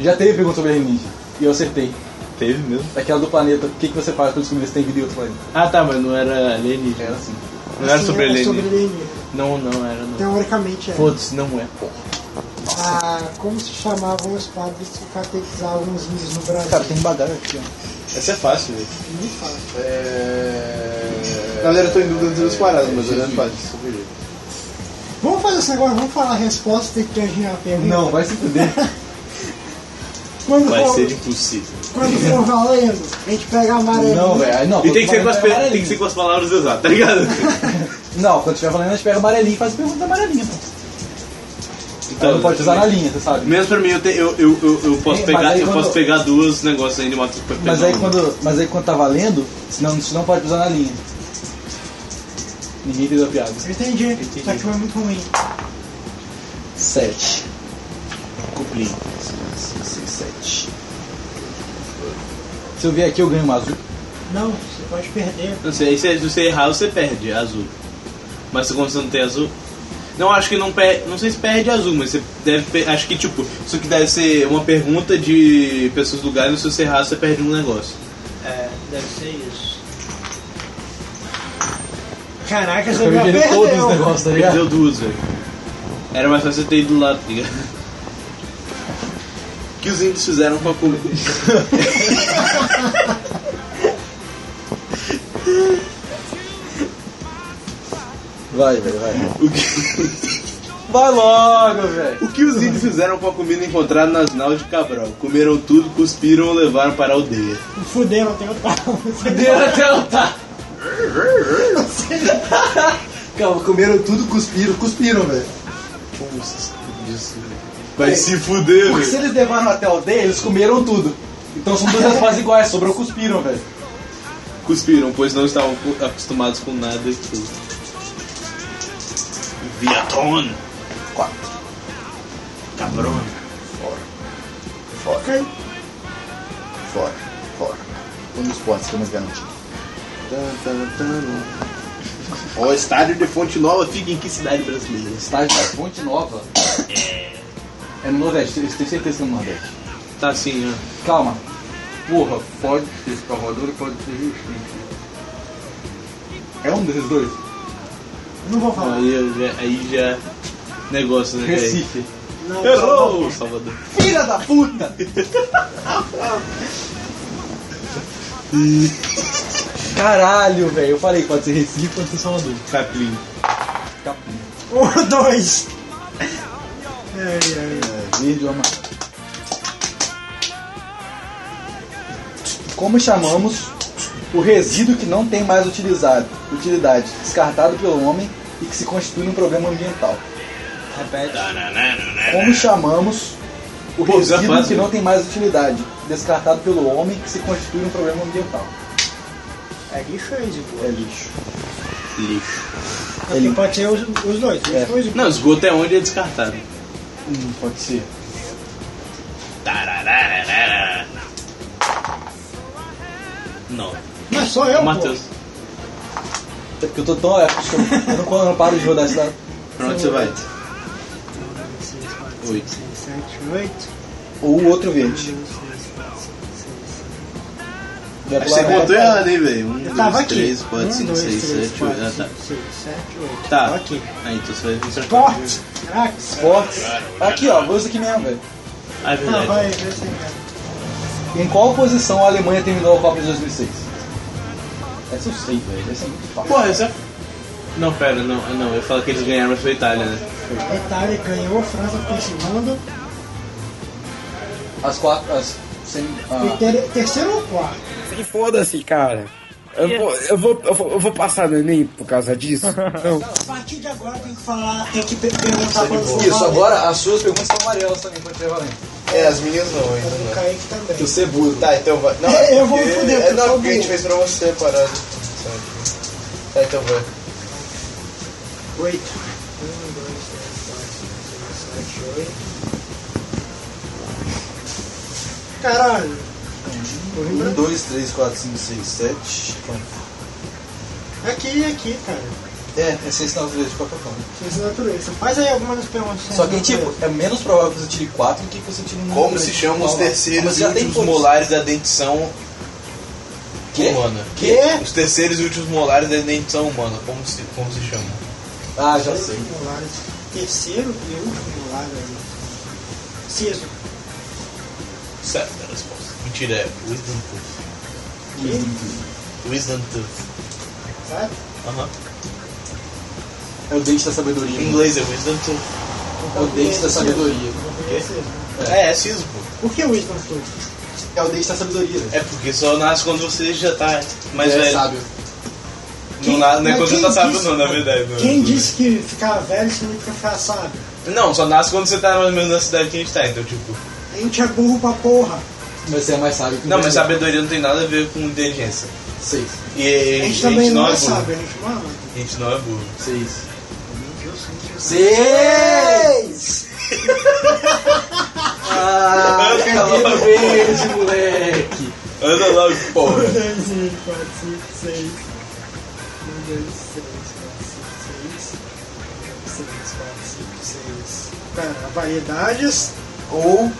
Speaker 3: Já teve pergunta sobre alienígena. E eu acertei.
Speaker 4: Teve mesmo?
Speaker 3: Aquela do planeta. O que, que você faz pra descobrir se tem vida em outro planeta?
Speaker 4: Ah tá, mas não era alienígena.
Speaker 3: assim.
Speaker 4: Não era
Speaker 5: Sim,
Speaker 4: sobre
Speaker 5: é
Speaker 4: alienígena.
Speaker 5: sobre
Speaker 4: Então-
Speaker 5: alienígena.
Speaker 4: Não, não era não.
Speaker 5: Teoricamente é.
Speaker 4: Foda-se, não é, pô.
Speaker 5: Ah, como se chamavam os padres que catequizavam os índios no Brasil?
Speaker 3: Cara, tem bagulho aqui, ó.
Speaker 4: Essa é fácil, velho.
Speaker 5: Muito fácil.
Speaker 4: É... Na verdade eu tô em dúvida de duas paradas, mas eu não faço.
Speaker 5: Vamos fazer esse negócio, vamos falar a resposta tem que terminar a pergunta.
Speaker 3: Não, vai se [laughs] fuder.
Speaker 5: Quando
Speaker 4: Vai
Speaker 5: for,
Speaker 4: ser impossível.
Speaker 5: quando for valendo, a gente pega a amarela.
Speaker 3: não, velho. Aí Não,
Speaker 4: E tem que, ser com
Speaker 3: quando
Speaker 4: as,
Speaker 3: tiver
Speaker 4: pe- tem que ser com as palavras exatas, tá ligado?
Speaker 3: amarelinha. é Não, quando tiver falando, a gente pega amarelinho e faz pergunta amarelinha, pô.
Speaker 4: Tá.
Speaker 3: Então, não pode usar na linha, você sabe.
Speaker 4: Mesmo pra mim, eu, te, eu, eu, eu, eu posso
Speaker 3: Mas
Speaker 4: pegar,
Speaker 3: aí
Speaker 4: eu
Speaker 3: quando-
Speaker 4: posso pegar duas negócios ainda e matar pra pegar
Speaker 3: Mas aí
Speaker 4: um.
Speaker 3: quando, mas aí quando tá valendo, senão, senão pode usar na linha. Ninguém entendeu a piada.
Speaker 5: Eu entendi, só que foi muito ruim.
Speaker 3: 7. Cuplim. 7. Se eu vier aqui, eu ganho um azul.
Speaker 5: Não, você pode perder.
Speaker 4: Não sei, aí se você errar, você perde é azul. Mas quando você não tem azul. Não, acho que não perde. Não sei se perde azul, mas você deve. pe- Acho que tipo, isso que deve ser uma pergunta de pessoas do galho, se você errar, você perde um negócio.
Speaker 12: É, deve ser isso.
Speaker 5: Caraca, você
Speaker 3: Eu
Speaker 5: já
Speaker 3: ganhei todos os
Speaker 5: perdeu.
Speaker 3: negócios, tá ligado?
Speaker 4: Perdeu duas, velho. Era mais fácil você ter ido do lado, tá ligado? O que os índios fizeram com a comida?
Speaker 3: Vai, velho, vai.
Speaker 4: O que,
Speaker 3: Vai logo, velho.
Speaker 4: o que os índios fizeram com a comida encontrada nas naus de Cabral? Comeram tudo, cuspiram ou levaram para a aldeia.
Speaker 5: Fuderam até o tal.
Speaker 3: Deu até o tá. Calma, comeram tudo, cuspiram, cuspiram, velho.
Speaker 4: Como se isso, velho?
Speaker 3: É.
Speaker 4: Vai se fuder,
Speaker 3: Porque
Speaker 4: velho.
Speaker 3: se eles levaram até a aldeia, eles comeram tudo. Então são duas as fases iguais, sobrou cuspiram, velho.
Speaker 4: Cuspiram, pois não estavam cu- acostumados com nada e tudo. Viaton!
Speaker 3: Quatro.
Speaker 4: Cabrão!
Speaker 5: Ok.
Speaker 13: Fora, fora. Um dos esportes que eu mais garanti.
Speaker 4: O estádio de Fonte Nova fica em que cidade brasileira?
Speaker 3: Estádio da tá Ponte Nova. É no Nordeste, eu tenho certeza que é no Nordeste.
Speaker 4: Tá assim, ó.
Speaker 3: Calma,
Speaker 13: né? Porra, pode ser Salvador e pode ser Rio Tinto.
Speaker 3: é um desses dois?
Speaker 5: [laughs] Não vou falar.
Speaker 4: Aí, eu já, aí já. Negócio, né? cara?
Speaker 3: Recife.
Speaker 14: [laughs]
Speaker 5: Não,
Speaker 14: Errou, Salvador.
Speaker 3: Filha da puta!
Speaker 13: [laughs]
Speaker 3: Caralho, velho. Eu falei que pode ser Recife, pode ser Salvador.
Speaker 14: Caplim.
Speaker 3: Capim.
Speaker 5: Um, dois. é, Ai, ai, ai.
Speaker 3: É, verde ou amarelo. Como chamamos o resíduo que não tem mais utilizado, utilidade, descartado pelo homem e que se constitui num problema ambiental? Repete. Como chamamos o
Speaker 14: Pô, já
Speaker 3: resíduo
Speaker 14: faz,
Speaker 3: que
Speaker 14: né?
Speaker 3: não tem mais utilidade, descartado pelo homem que se constitui num problema ambiental?
Speaker 5: É lixo ou esgoto?
Speaker 3: É lixo.
Speaker 14: Lixo.
Speaker 5: É lixo. Pode ser os, os dois. Lixo
Speaker 3: É.
Speaker 5: ou esgoto?
Speaker 14: Não, esgoto é onde é descartado.
Speaker 3: Hum, pode ser.
Speaker 14: Não.
Speaker 5: Não é só eu,
Speaker 14: Matheus,
Speaker 5: pô.
Speaker 3: É porque eu tô tão acostumado. eu não, eu não paro de rodar esse dado.
Speaker 14: pra onde você vai?
Speaker 5: Um, seis, quatro,
Speaker 14: Oito.
Speaker 5: cinco, seis, sete, oito.
Speaker 3: Ou o outro verde.
Speaker 5: Um, seis, quatro, cinco, seis, sete.
Speaker 3: Vai pro
Speaker 14: Você
Speaker 3: laranja.
Speaker 14: contou errado, hein, velho? Um,
Speaker 5: Eu tava
Speaker 14: dois,
Speaker 5: aqui.
Speaker 14: três,
Speaker 5: um,
Speaker 14: quatro, cinco,
Speaker 5: dois,
Speaker 14: seis,
Speaker 5: três,
Speaker 14: sete,
Speaker 5: quatro,
Speaker 14: oito. Ah, tá.
Speaker 5: cinco, seis, sete, oito.
Speaker 14: Tá.
Speaker 5: Tava aqui.
Speaker 14: Aí, então você vai acertar.
Speaker 5: Esporte. Caraca.
Speaker 3: Esportes. Aqui, ó, vou isso aqui mesmo, velho.
Speaker 14: Ah, é
Speaker 5: Ah,
Speaker 14: verdade.
Speaker 5: vai, vai ser cara.
Speaker 3: Em qual posição a Alemanha terminou a Copa de 2006? Essa eu sei, velho. Essa é muito fácil.
Speaker 14: Porra, essa. Não, pera, não, não, eu falo que eles ganharam, mas foi Itália, né?
Speaker 5: A Itália ganhou, a França ficou em segundo.
Speaker 3: As quatro. As, sem,
Speaker 5: E
Speaker 3: ah,
Speaker 5: ter- terceiro ou quarto?
Speaker 15: E foda-se, cara. Eu vou, eu, vou, eu, vou, eu vou passar no Enem por causa disso? Não.
Speaker 5: A partir de agora tem que falar, tem que per- perguntar quando for
Speaker 3: isso,
Speaker 5: valer.
Speaker 3: agora as suas perguntas são amarelas também, pode ser valendo.
Speaker 4: É, as minhas não,
Speaker 5: Eu
Speaker 4: ainda
Speaker 5: vou
Speaker 4: não.
Speaker 5: cair aqui também.
Speaker 3: Que o cebudo.
Speaker 4: Tá, então vai. Não, é
Speaker 5: Eu vou
Speaker 4: porque-
Speaker 5: foder,
Speaker 4: É,
Speaker 5: por
Speaker 4: não, porque a gente
Speaker 5: favor.
Speaker 4: fez pra você, parado. Só aqui. Tá, então vai.
Speaker 5: Oito. Um, dois, três, quatro, cinco, seis, sete, oito. Caralho.
Speaker 4: Um, dois, três, quatro, cinco, seis, sete.
Speaker 5: É Aqui e aqui, cara.
Speaker 3: É, é seis naturezas de qualquer forma.
Speaker 5: Isso é natureza. Faz aí algumas das perguntas.
Speaker 3: Só que, tipo, é menos provável que você tire quatro do que que você tire um.
Speaker 4: Como
Speaker 3: número
Speaker 4: se
Speaker 3: de-
Speaker 4: chamam os
Speaker 3: Vamos lá.
Speaker 4: terceiros
Speaker 3: Mas
Speaker 4: e
Speaker 3: já tem
Speaker 4: últimos
Speaker 3: todos.
Speaker 4: molares da dentição
Speaker 3: Quê?
Speaker 4: humana?
Speaker 3: Quê?
Speaker 4: Os terceiros e últimos molares da dentição humana, como se, como se chamam?
Speaker 3: Ah, já sei.
Speaker 5: molares. Terceiro e último molar, velho. Siso.
Speaker 4: Certo, a resposta. Mentira, é Wisdom Tooth. Wisdom Tooth.
Speaker 5: Sabe?
Speaker 4: Aham.
Speaker 3: É o dente da sabedoria.
Speaker 4: Em inglês é Wisdom Tooth.
Speaker 3: É o dente da sabedoria.
Speaker 4: É, é siso, pô.
Speaker 5: Por que o Wisdom Tooth?
Speaker 3: É o dente da sabedoria. velho.
Speaker 4: É porque só nasce quando você já tá mais
Speaker 3: é,
Speaker 4: velho.
Speaker 3: sábio.
Speaker 4: Não, na, não é
Speaker 5: mas
Speaker 4: quando você
Speaker 5: quem
Speaker 4: tá sábio,
Speaker 5: disse-
Speaker 4: não, na verdade. não.
Speaker 5: Quem disse que ficar velho significa ficar sábio?
Speaker 4: Não, só nasce quando você tá mais ou menos na cidade que a gente tá, então, tipo.
Speaker 5: A gente é burro pra porra.
Speaker 3: Mas você é mais sábio que o
Speaker 4: Não, mas
Speaker 3: dente
Speaker 4: sabedoria não tem nada a ver com inteligência.
Speaker 3: da- Seis.
Speaker 4: E a
Speaker 5: A
Speaker 4: gente,
Speaker 5: gente também
Speaker 4: não,
Speaker 5: não é
Speaker 4: burro.
Speaker 5: sábio, a gente não é louco.
Speaker 4: A gente não é burro.
Speaker 3: Seis.
Speaker 5: Eu sei que eu sei.
Speaker 3: Seis! ah, cabelo verde, moleque!
Speaker 4: Anda logo, porra.
Speaker 5: Um, dois, três, quatro, cinco, seis. Um, dois, três, quatro, cinco, seis. Seis, quatro, cinco, seis. Pera, variedades.
Speaker 3: Ou.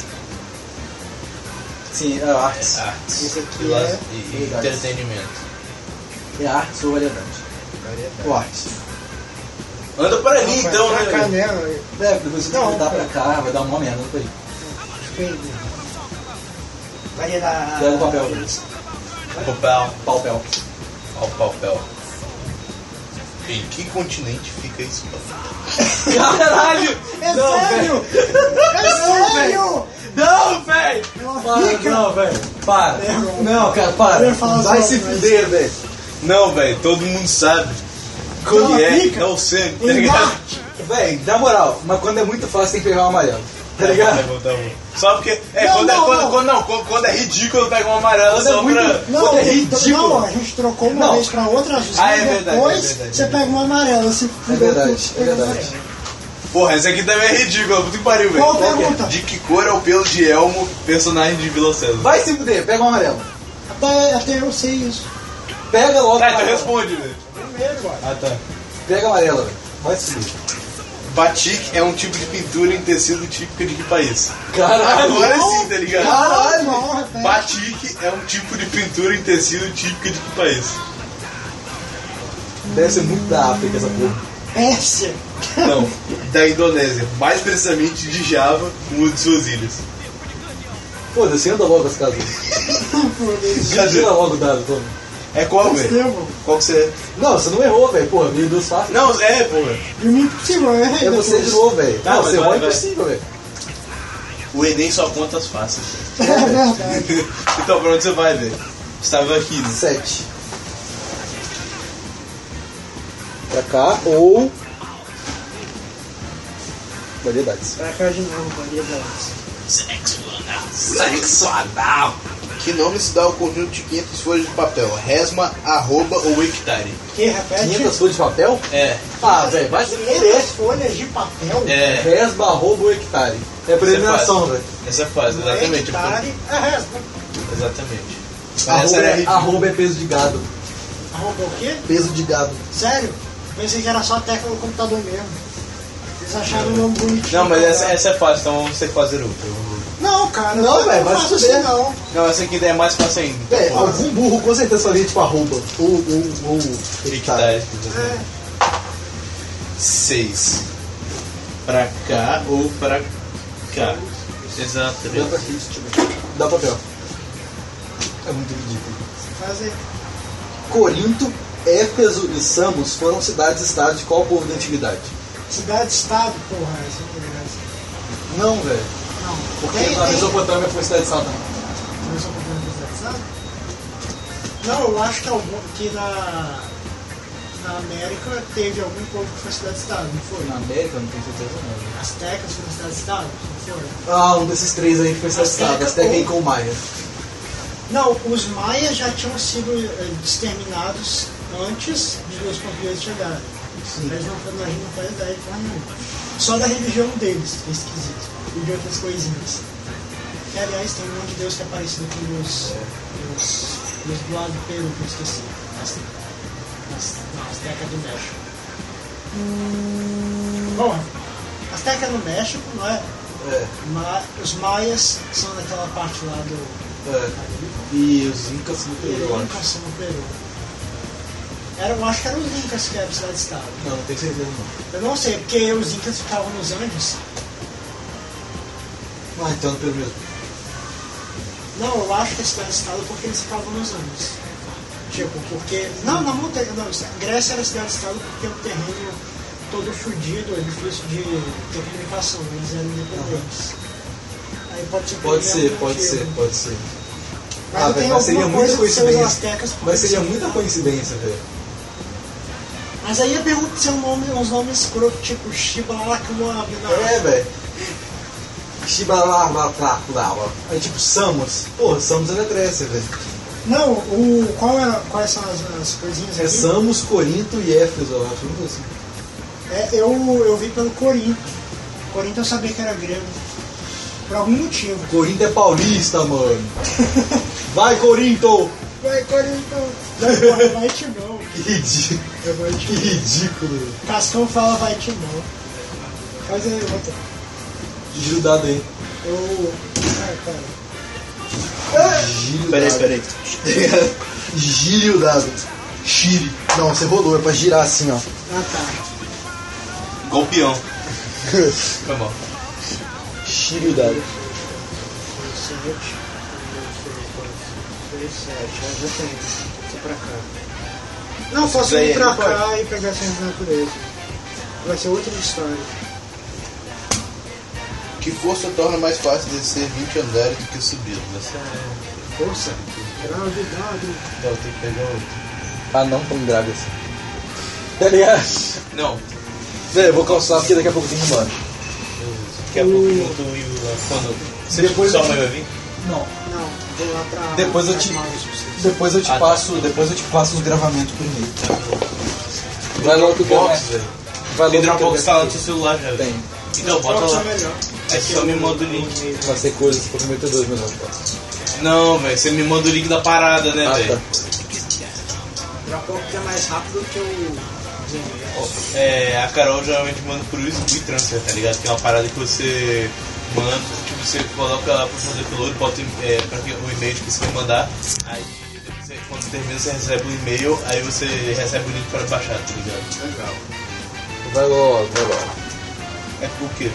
Speaker 3: Sim, é artes.
Speaker 4: Artes.
Speaker 5: Esse aqui
Speaker 4: e, lá-
Speaker 5: é-
Speaker 4: e- e
Speaker 3: Verdade.
Speaker 4: entretenimento.
Speaker 3: É artes ou variedade. Ou artes.
Speaker 4: Anda por ali então,
Speaker 5: pra cá,
Speaker 4: né?
Speaker 5: né?
Speaker 3: É, porque depois você tem que
Speaker 5: Não,
Speaker 3: voltar
Speaker 5: cara.
Speaker 3: pra cá, vai dar uma merda pra ele.
Speaker 5: Depende. Variedades.
Speaker 3: Pega o papel,
Speaker 4: Papel.
Speaker 3: Palpel.
Speaker 4: Ó, o papel. Em que continente fica isso?
Speaker 3: Caralho!
Speaker 5: É
Speaker 3: Não,
Speaker 5: sério! É sério!
Speaker 3: Não, velho!
Speaker 5: Ela
Speaker 3: Para,
Speaker 5: fica.
Speaker 3: não, velho. Para.
Speaker 5: É.
Speaker 3: Não, cara,
Speaker 5: Eu
Speaker 3: para.
Speaker 5: ia falar
Speaker 3: Vai
Speaker 5: só,
Speaker 3: se
Speaker 5: mas-
Speaker 3: fuder, velho.
Speaker 4: Não, velho, todo mundo sabe.
Speaker 5: Não,
Speaker 4: Como é?
Speaker 5: fica.
Speaker 4: Não sei, tá
Speaker 5: Em
Speaker 4: ligado?
Speaker 5: Marte.
Speaker 3: Véi, na moral, mas quando é muito fácil tem que pegar o amarelo. Tá
Speaker 4: Tá
Speaker 3: ligado?
Speaker 4: bom, tá bom. Só porque. É,
Speaker 5: Não,
Speaker 4: quando, é
Speaker 5: não,
Speaker 4: quando,
Speaker 5: não.
Speaker 4: Quando, não, quando- quando é ridículo, pega uma amarela
Speaker 3: Quando é
Speaker 4: só
Speaker 3: muito-
Speaker 4: pra.
Speaker 5: Não,
Speaker 3: Pô, é
Speaker 5: a gente-
Speaker 3: ridículo.
Speaker 5: não, a gente trocou uma
Speaker 3: Não.
Speaker 5: vez pra outra azul.
Speaker 4: Ah, é
Speaker 5: e
Speaker 4: verdade,
Speaker 5: depois
Speaker 4: é verdade,
Speaker 5: você
Speaker 4: é
Speaker 5: pega uma amarela. Se
Speaker 3: É verdade, é
Speaker 5: pega uma
Speaker 3: verdade.
Speaker 5: amarela.
Speaker 4: Porra, essa aqui também é ridícula, puta que pariu, velho.
Speaker 5: Qual pergunta?
Speaker 4: De que cor é o pelo de Elmo, personagem de Vila César?
Speaker 3: Vai se fuder, pega o amarelo.
Speaker 5: Até, É, até eu sei isso.
Speaker 3: Pega logo. o
Speaker 4: Tá, então
Speaker 3: amarelo.
Speaker 4: responde, velho.
Speaker 5: Primeiro, agora.
Speaker 4: Ah, tá.
Speaker 3: Pega o amarelo, velho. Vai se fuder.
Speaker 4: Batik é um tipo de pintura em tecido típica de que país?
Speaker 3: Caralho!
Speaker 4: Agora sim, tá ligado?
Speaker 3: Caralho.
Speaker 5: Não, repete.
Speaker 4: Batik é um tipo de pintura em tecido típica de que país?
Speaker 3: Deve ser muito da África essa porra.
Speaker 5: Pérsia.
Speaker 16: Não, da Indonésia, mais precisamente de Java, uma de suas ilhas.
Speaker 3: Foda-se, anda logo as casas. Já tira logo o dado, toma.
Speaker 16: É qual, velho? Qual que você é?
Speaker 3: Não, você não errou, velho. Porra, mil duas fácil.
Speaker 16: Não, é, porra.
Speaker 5: E mim impossível, eu errei
Speaker 3: É você de
Speaker 5: depois.
Speaker 3: novo, velho.
Speaker 16: Tá,
Speaker 3: Não,
Speaker 16: mas
Speaker 3: você
Speaker 16: vai,
Speaker 3: errou é
Speaker 16: vai.
Speaker 3: impossível, velho.
Speaker 16: O Enem só conta as fáceis.
Speaker 3: né?
Speaker 5: É verdade.
Speaker 16: [laughs] então, pra onde você vai, velho? Você tava aqui, né?
Speaker 3: Sete. Pra cá ou. Variedades.
Speaker 5: Pra cá de novo, variedades.
Speaker 16: Sexo anal. Que nome se dá ao conjunto de 500 folhas de papel? Resma, arroba ou hectare?
Speaker 5: Que repete?
Speaker 3: 500 folhas de papel?
Speaker 16: É,
Speaker 3: Ah, velho, vai se
Speaker 5: 500
Speaker 3: merece.
Speaker 5: folhas de papel?
Speaker 16: é.
Speaker 3: Resba, arroba ou hectare. É premiação, velho.
Speaker 16: Essa é fácil, exatamente.
Speaker 5: Hectare. É resto.
Speaker 16: Exatamente. Essa
Speaker 3: Arroba,
Speaker 16: era
Speaker 3: é- arroba é peso de gado.
Speaker 5: Arroba o quê?
Speaker 3: Peso de gado.
Speaker 5: Sério? Pensei que era só a tecla do computador mesmo. Eles acharam o nome bonitinho.
Speaker 4: Não, mas essa, essa é fácil, então vamos ter que fazer outra.
Speaker 5: Não, cara.
Speaker 3: Não, velho, vai
Speaker 5: faço
Speaker 3: fuder.
Speaker 5: isso não.
Speaker 4: Não, essa aqui é mais fácil ainda.
Speaker 3: É, algum burro com certeza sabia tipo arroba ou, ou, ou hectare.
Speaker 16: hectare.
Speaker 5: É.
Speaker 16: 6.
Speaker 4: Pra cá ou pra cá? Exato.
Speaker 3: Dá papel. É muito ridículo.
Speaker 5: Fazer.
Speaker 3: Corinto, Éfeso e Samos foram cidades-estados de qual povo da antiguidade?
Speaker 5: Cidade-estado, porra. Essa é verdade.
Speaker 3: Não, velho.
Speaker 5: Não.
Speaker 3: Porque
Speaker 5: Tem-
Speaker 3: na
Speaker 5: tem-
Speaker 3: Mesopotâmia foi cidade-estado. não.
Speaker 5: Mas eu tô falando dos outros, sabe? Não, eu acho que, algum, que na, na América teve algum povo que foi cidade-estado, não foi?
Speaker 3: América, não tenho certeza não.
Speaker 5: Aztecas foram cidade-estado, não foi?
Speaker 3: Ah, um desses três aí que foi cidade-estado.
Speaker 5: Azteca
Speaker 3: Azteca
Speaker 5: ou-
Speaker 3: e com Maia.
Speaker 5: Não, os maias já tinham sido eh, exterminados antes de os portugueses chegarem. Eles não foram nós não faz ideia de porra nenhuma. Só da religião deles, que é esquisito. E de outras coisinhas. E, aliás, tem um nome de Deus que é parecido com os. os. os do lado do Peru, que eu esqueci. As, as, não, Azteca do México. Bom, Azteca no México, não é?
Speaker 3: É,
Speaker 5: Ma, os maias são daquela parte lá do.
Speaker 3: é. E os Incas no Peru, eu acho.
Speaker 5: Incas no Peru. Era, eu acho que eram os Incas que eram cidade-estado.
Speaker 3: Não, não tenho certeza não.
Speaker 5: Eu não sei, porque os Incas ficavam nos Andes.
Speaker 3: Ah, então no Peru mesmo.
Speaker 5: Não, eu acho que é cidade-estado porque eles ficavam nos Andes. Tipo, porque. Não, na montanha. Não, isso- é, Grécia era cidade-estado porque o terreno todo fudido, é difícil de ter comunicação, eles eram independentes. Aí pode ser. que
Speaker 3: Pode
Speaker 5: tenha
Speaker 3: ser,
Speaker 5: algum
Speaker 3: pode
Speaker 5: motivo.
Speaker 3: ser, pode ser.
Speaker 5: Mas,
Speaker 3: Ah,
Speaker 5: eu tenho
Speaker 3: velho, mas seria
Speaker 5: alguma
Speaker 3: muita
Speaker 5: coisa que seus
Speaker 3: coincidência.
Speaker 5: aztecas
Speaker 3: Mas seria
Speaker 5: podem
Speaker 3: muita
Speaker 5: ser.
Speaker 3: coincidência, velho.
Speaker 5: Mas aí a pergunta se é um nome, uns nomes escroto, tipo Shiba Lakuma
Speaker 3: É, velho. Shibalabataklawa. É tipo Samus. Porra, Samus é da Grécia, velho.
Speaker 5: Não, o, qual era, quais são as, as coisinhas
Speaker 3: É
Speaker 5: aqui?
Speaker 3: Samus, Corinto e Éfeso, eu acho. Não assim.
Speaker 5: É, eu, eu vi pelo Corinto. Corinto eu sabia que era grego. Por algum motivo.
Speaker 3: Corinto é paulista, mano. Vai, Corinto!
Speaker 5: Vai, Corinto! Não, porra, vai te não.
Speaker 3: Que ridículo.
Speaker 5: Eu vou te
Speaker 3: Que ridículo. velho.
Speaker 5: Cascão fala vai te não. Mas eu, eu,
Speaker 3: Giro dado aí.
Speaker 5: eu... Ah, cara.
Speaker 3: Giro
Speaker 16: Peraí,
Speaker 3: dado.
Speaker 16: peraí.
Speaker 3: Giro dado. Gire. Não, você rolou. É pra girar assim, ó.
Speaker 5: Ah, tá.
Speaker 16: [laughs] Golpeão.
Speaker 4: Tá
Speaker 16: Foi mal.
Speaker 3: Giro dado.
Speaker 10: 7, 1, 2, 3, 7, já tem. Isso pra cá.
Speaker 5: Não, posso
Speaker 16: Daí,
Speaker 5: ir pra
Speaker 16: pode.
Speaker 5: cá e pegar essa natureza. Vai ser outra história.
Speaker 16: Que força torna mais fácil descer 20 andares do que subir? Essa é...
Speaker 5: Força, gravidade.
Speaker 4: Tá,
Speaker 16: Então, eu tenho que pegar outra.
Speaker 3: Ah, não, tão grave assim. Tá ligado?
Speaker 16: Não.
Speaker 3: Véi, eu vou calçar porque daqui a pouco tem um que ir embora.
Speaker 4: Daqui a pouco junto o Will lá. Quando... Você
Speaker 3: Uh. Depois
Speaker 4: sua
Speaker 3: eu-
Speaker 4: mãe vai vir?
Speaker 3: Não.
Speaker 5: Não, vou lá pra...
Speaker 3: Depois eu
Speaker 5: pra
Speaker 3: te-
Speaker 5: Maus.
Speaker 3: Depois eu te
Speaker 4: Ah, tá.
Speaker 3: passo. Depois eu te passo os gravamentos por e-mail. Vai logo que eu
Speaker 4: Box,
Speaker 3: quero-
Speaker 4: velho.
Speaker 3: Vai logo que eu
Speaker 4: Hidrobox tá lá no
Speaker 3: quero-
Speaker 4: seu celular já.
Speaker 3: Tem.
Speaker 4: Então, bota
Speaker 5: Drops
Speaker 4: lá.
Speaker 5: é melhor.
Speaker 4: Aí só me manda o link.
Speaker 3: Vai ser coisas comprometedoras mesmo.
Speaker 4: Não, velho, você me manda o link da parada, né,
Speaker 3: Ah,
Speaker 4: velho?
Speaker 3: tá.
Speaker 5: Dropbox é mais rápido que o Gmail.
Speaker 4: É, a Carol geralmente manda por isso e transfer, tá ligado? Que é uma parada que você manda, tipo, você coloca lá pra fazer upload, bota é, pra que- o e-mail que você vai mandar, aí você- quando termina você recebe o e-mail, aí você recebe o link pra baixar, tá ligado?
Speaker 5: Legal.
Speaker 3: Vai
Speaker 16: Vai logo, vai logo. É o quê?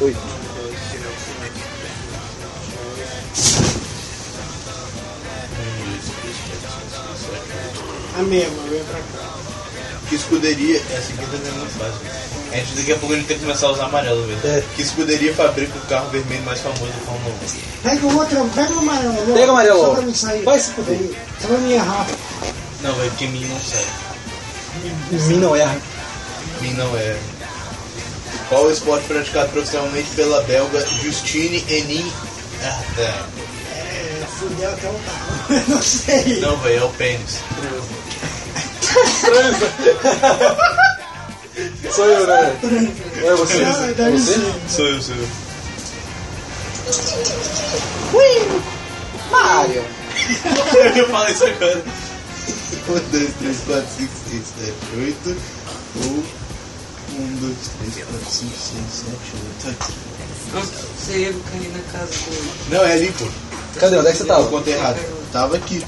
Speaker 17: Oito.
Speaker 5: A mesma, vem pra cá.
Speaker 16: Que escuderia.
Speaker 4: Essa aqui também é muito fácil. A gente daqui a pouco a gente tem que começar a usar amarelo mesmo. Que escuderia fabrica o carro vermelho mais famoso da Fórmula 1?
Speaker 5: Pega o outro, pega o amarelo. logo,
Speaker 4: Pega o amarelo
Speaker 5: Só
Speaker 4: logo.
Speaker 5: pra mim sair.
Speaker 4: Vai se fuder.
Speaker 5: Só pra mim errar.
Speaker 4: Não, velho, porque mim não sai.
Speaker 3: Mim não erra.
Speaker 4: Mim não é.
Speaker 16: Qual o esporte praticado profissionalmente pela belga Justine Henin Ardern?
Speaker 5: É, fudeu até o [laughs] carro. Não sei.
Speaker 4: Não, velho, é o pênis.
Speaker 18: Sou eu, né? É você?
Speaker 5: Não,
Speaker 18: é
Speaker 5: deve
Speaker 18: você?
Speaker 5: ser.
Speaker 4: Sou eu, sou eu.
Speaker 5: Ui! Mario!
Speaker 4: [laughs] Eu ia falar isso agora.
Speaker 16: 1, 2, 3, 4, 5, 6, 7, 8. Ou 1, 2, 3, 4, 5, 6, 7, 8.
Speaker 19: Você ia cair na casa do.
Speaker 16: Não, é ali, pô.
Speaker 3: Cadê? Onde é que você tava?
Speaker 16: Eu contei errado. Tava aqui.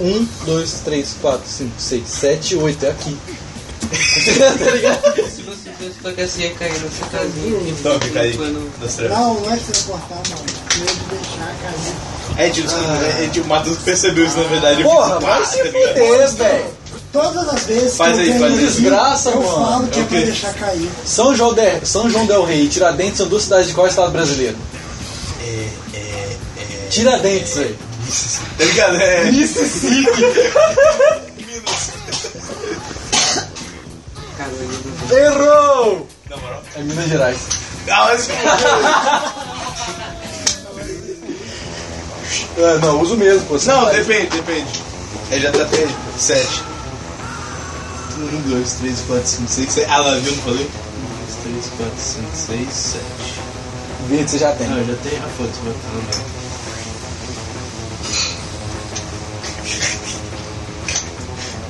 Speaker 3: 1, 2, 3, 4, 5, 6, 7, 8. É aqui. [laughs] Tá
Speaker 19: Se você fosse tocar, você ia cair nessa casinha.
Speaker 5: Então,
Speaker 4: Toca, Kaique. Tá
Speaker 5: Não, não é transportar, não. Medo de deixar a casinha.
Speaker 4: É, tipo,
Speaker 16: Ah.
Speaker 4: é, tipo, o Matheus percebeu isso na verdade.
Speaker 5: Porra,
Speaker 4: Eu fiz
Speaker 5: vai
Speaker 4: isso,
Speaker 5: se
Speaker 4: tá ligado?
Speaker 5: fuder, velho. Todas as vezes
Speaker 4: Faz
Speaker 5: que
Speaker 4: aí,
Speaker 5: eu
Speaker 4: faz
Speaker 5: tenho um
Speaker 4: aí.
Speaker 3: Desgraça,
Speaker 5: eu
Speaker 3: mano.
Speaker 5: falo que
Speaker 3: É
Speaker 5: é
Speaker 3: o
Speaker 5: pra
Speaker 3: quê?
Speaker 5: deixar cair.
Speaker 3: São João, de, São João Del Rey e Tiradentes são duas cidades de qual estado brasileiro? É, é, Tiradentes, velho.
Speaker 4: Tá ligado? É.
Speaker 3: Errou!
Speaker 4: Na moral.
Speaker 3: É Minas Gerais.
Speaker 4: Ah, mas...
Speaker 3: É, não, uso mesmo, pô.
Speaker 4: Não, depende, depende.
Speaker 16: Ele já tá perdido. 7. 1, 2, 3, 4, 5, 6, 7. Ah, lá, viu? Não falei? 1, 2, 3, 4, 5, 6, 7.
Speaker 3: Verde você já tem.
Speaker 4: Não, eu já tenho a foto, vou botar no meu.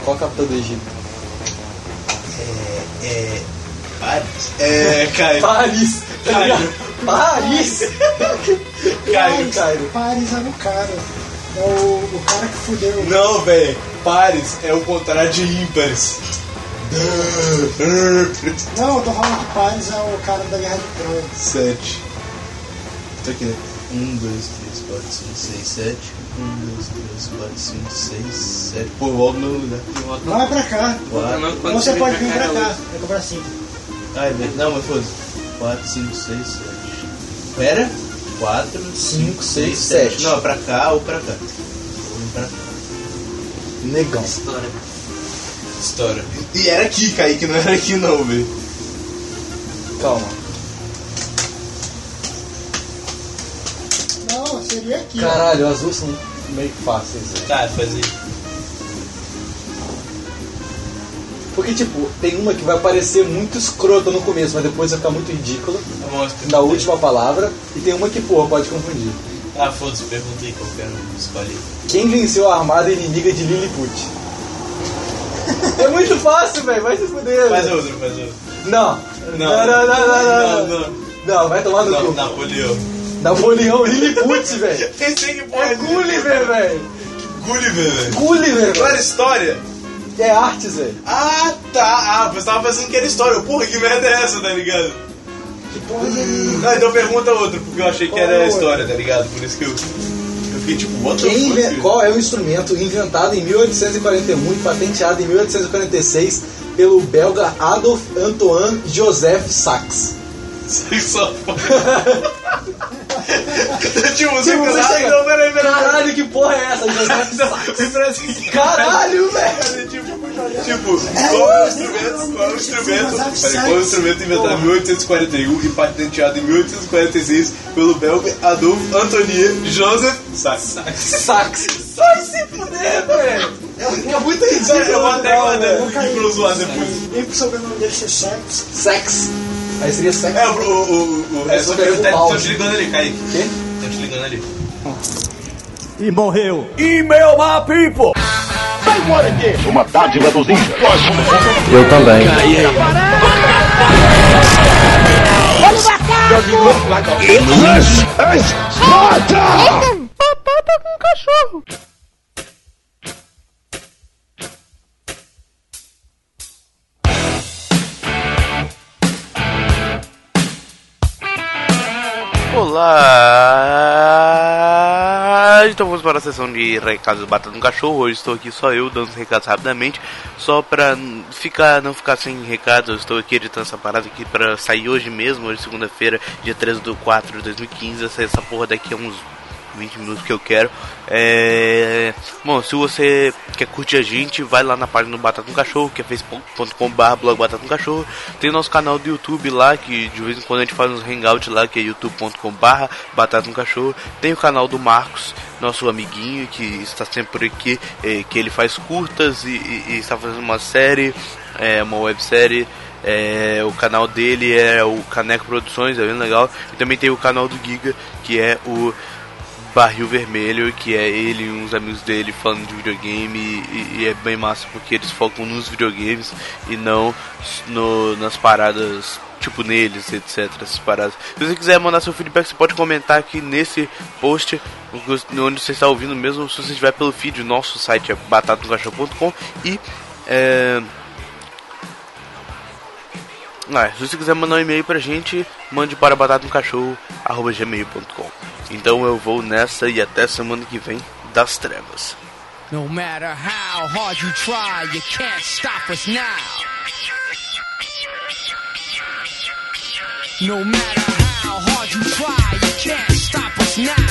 Speaker 3: Qual a capital do Egito?
Speaker 16: É. Paris? É, Caio.
Speaker 3: Paris!
Speaker 16: Caio.
Speaker 3: Paris!
Speaker 4: Caio.
Speaker 5: Paris, Paris era o cara. É o, o cara que fudeu.
Speaker 4: Não, velho. Pares é o contrário de ímpares.
Speaker 5: Não, eu tô falando que Paris é o cara da guerra de Troia.
Speaker 16: 7. Tô aqui, né? 1, 2, 3, 4, 5, 6, 7. 1, 2, 3, 4, 5, 6, 7. Pô, volta no lugar.
Speaker 5: Não é pra cá.
Speaker 16: Quatro.
Speaker 5: Ou você pode vir pra cá. É pra cima.
Speaker 16: Ai, velho. Não, mas foda-se. 4, 5, 6, 7. Pera. 4, 5, 6, 7. Não, é pra cá ou pra cá. Vamos pra cá.
Speaker 3: Negão.
Speaker 19: História.
Speaker 16: História. E era aqui, Kaique, não era aqui não, velho.
Speaker 3: Calma.
Speaker 5: Não, seria aqui. ó.
Speaker 3: Caralho, as duas são meio fáceis, né? velho.
Speaker 4: Tá, faz aí.
Speaker 3: Porque, tipo, tem uma que vai parecer muito escrota no começo, mas depois vai ficar muito ridícula.
Speaker 4: Mostra.
Speaker 3: Da última palavra. E tem uma que, porra, pode confundir.
Speaker 4: Ah, foda-se, perguntei qualquer um. Escolhe.
Speaker 3: Quem venceu a armada inimiga de Lilliput? é muito fácil, velho. Vai se fuder.
Speaker 4: Faz
Speaker 3: velho.
Speaker 4: outro, faz outro.
Speaker 3: Não. Não, não, não, não, não. Não,
Speaker 4: não.
Speaker 3: vai tomar no
Speaker 4: Não,
Speaker 3: cu.
Speaker 4: Napoleão.
Speaker 3: Napoleão Lilliput, velho.
Speaker 4: Pensei que
Speaker 3: É Gulliver, velho.
Speaker 4: Gulliver, velho.
Speaker 3: Gulliver,
Speaker 4: Não
Speaker 3: velho.
Speaker 4: era história?
Speaker 3: É artes, velho.
Speaker 4: Ah, tá. Ah, você tava pensando que era história. Eu, Porra, que merda é essa, tá ligado?
Speaker 5: Que porra de.
Speaker 4: Não, então pergunta outro, porque eu achei que
Speaker 3: Qual é
Speaker 4: era
Speaker 3: o
Speaker 4: história, tá ligado? Por isso que eu, eu fiquei tipo, what the
Speaker 3: Quem
Speaker 4: fuck?
Speaker 3: inven-
Speaker 4: [laughs]
Speaker 3: Qual é o instrumento inventado em 1841 e patenteado em 1846 pelo belga Adolf Antoine Joseph Sachs?
Speaker 4: Você
Speaker 3: [laughs]
Speaker 4: só
Speaker 3: Tipo,
Speaker 4: Tipo, você
Speaker 3: você
Speaker 4: pensa, ai
Speaker 3: chega-
Speaker 4: não, peraí, peraí.
Speaker 3: Caralho, que porra é essa, Joseph
Speaker 4: Não,
Speaker 3: Sachs?
Speaker 4: você assim, parece que-
Speaker 3: Caralho, velho!
Speaker 4: Tipo, qual é o instrumento? Qual é o instrumento? Peraí, qual é o instrumento inventado em 1841 e patenteado em 1846 pelo belga Adolfo Antonie Joseph Sachs?
Speaker 3: Sachs! Vai se fuder, velho! É muito
Speaker 4: Cara, eu
Speaker 3: ridículo.
Speaker 4: vou até
Speaker 3: não,
Speaker 4: mandar
Speaker 3: velho.
Speaker 4: um vídeo pra eu zoar depois.
Speaker 5: E pro sobrenome dele ser sexo.
Speaker 3: Sachs. Aí seria Sachs.
Speaker 4: É, o. o, o é só que eu
Speaker 3: Pega o
Speaker 4: tô
Speaker 3: balde.
Speaker 4: te ligando ali, Kaique.
Speaker 3: Quê?
Speaker 4: Tô te ligando ali.
Speaker 3: E morreu.
Speaker 20: E-mail my people! I wanna get
Speaker 6: Uma dádiva dos índios.
Speaker 20: Eu também.
Speaker 21: Vamos matar! Eita, papai tá com um cachorro!
Speaker 2: Olá! Então vamos para a sessão de recados do Batata no Cachorro. Hoje estou aqui só eu dando os recados rapidamente. Só pra n- ficar, não ficar sem recado, eu estou aqui editando essa parada aqui pra sair hoje mesmo, hoje segunda-feira, dia 13 do 4 de 2015. Essa, essa porra daqui é uns 20 minutos que eu quero. É... Bom, se você quer curtir a gente, vai lá na página do Batata no Cachorro, que é facebook.com.br blog Batata no Cachorro. Tem nosso canal do YouTube lá, que de vez em quando a gente faz uns hangout lá, que é youtube.com.br Batata no Cachorro. Tem o canal do Marcos, nosso amiguinho, que está sempre por aqui, eh, que ele faz curtas e, e- e está fazendo uma série, é, uma websérie. É, o canal dele é o Caneco Produções, é bem legal. E também tem o canal do Giga, que é o Barril Vermelho, que é ele e uns amigos dele falando de videogame e, e é bem massa porque eles focam nos videogames e não s- no, nas paradas tipo neles, etc. Essas paradas. Se você quiser mandar seu feedback, você pode comentar aqui nesse post o que- onde você está ouvindo mesmo, se você estiver pelo feed, nosso site é batatocachorro.com e é, ah, se você quiser mandar um e-mail pra gente, mande para batatamcachorro.gmail.com Então eu vou nessa e até semana que vem das trevas.
Speaker 22: No matter how hard you try, you can't stop us now. No matter how hard you try, you can't stop us now.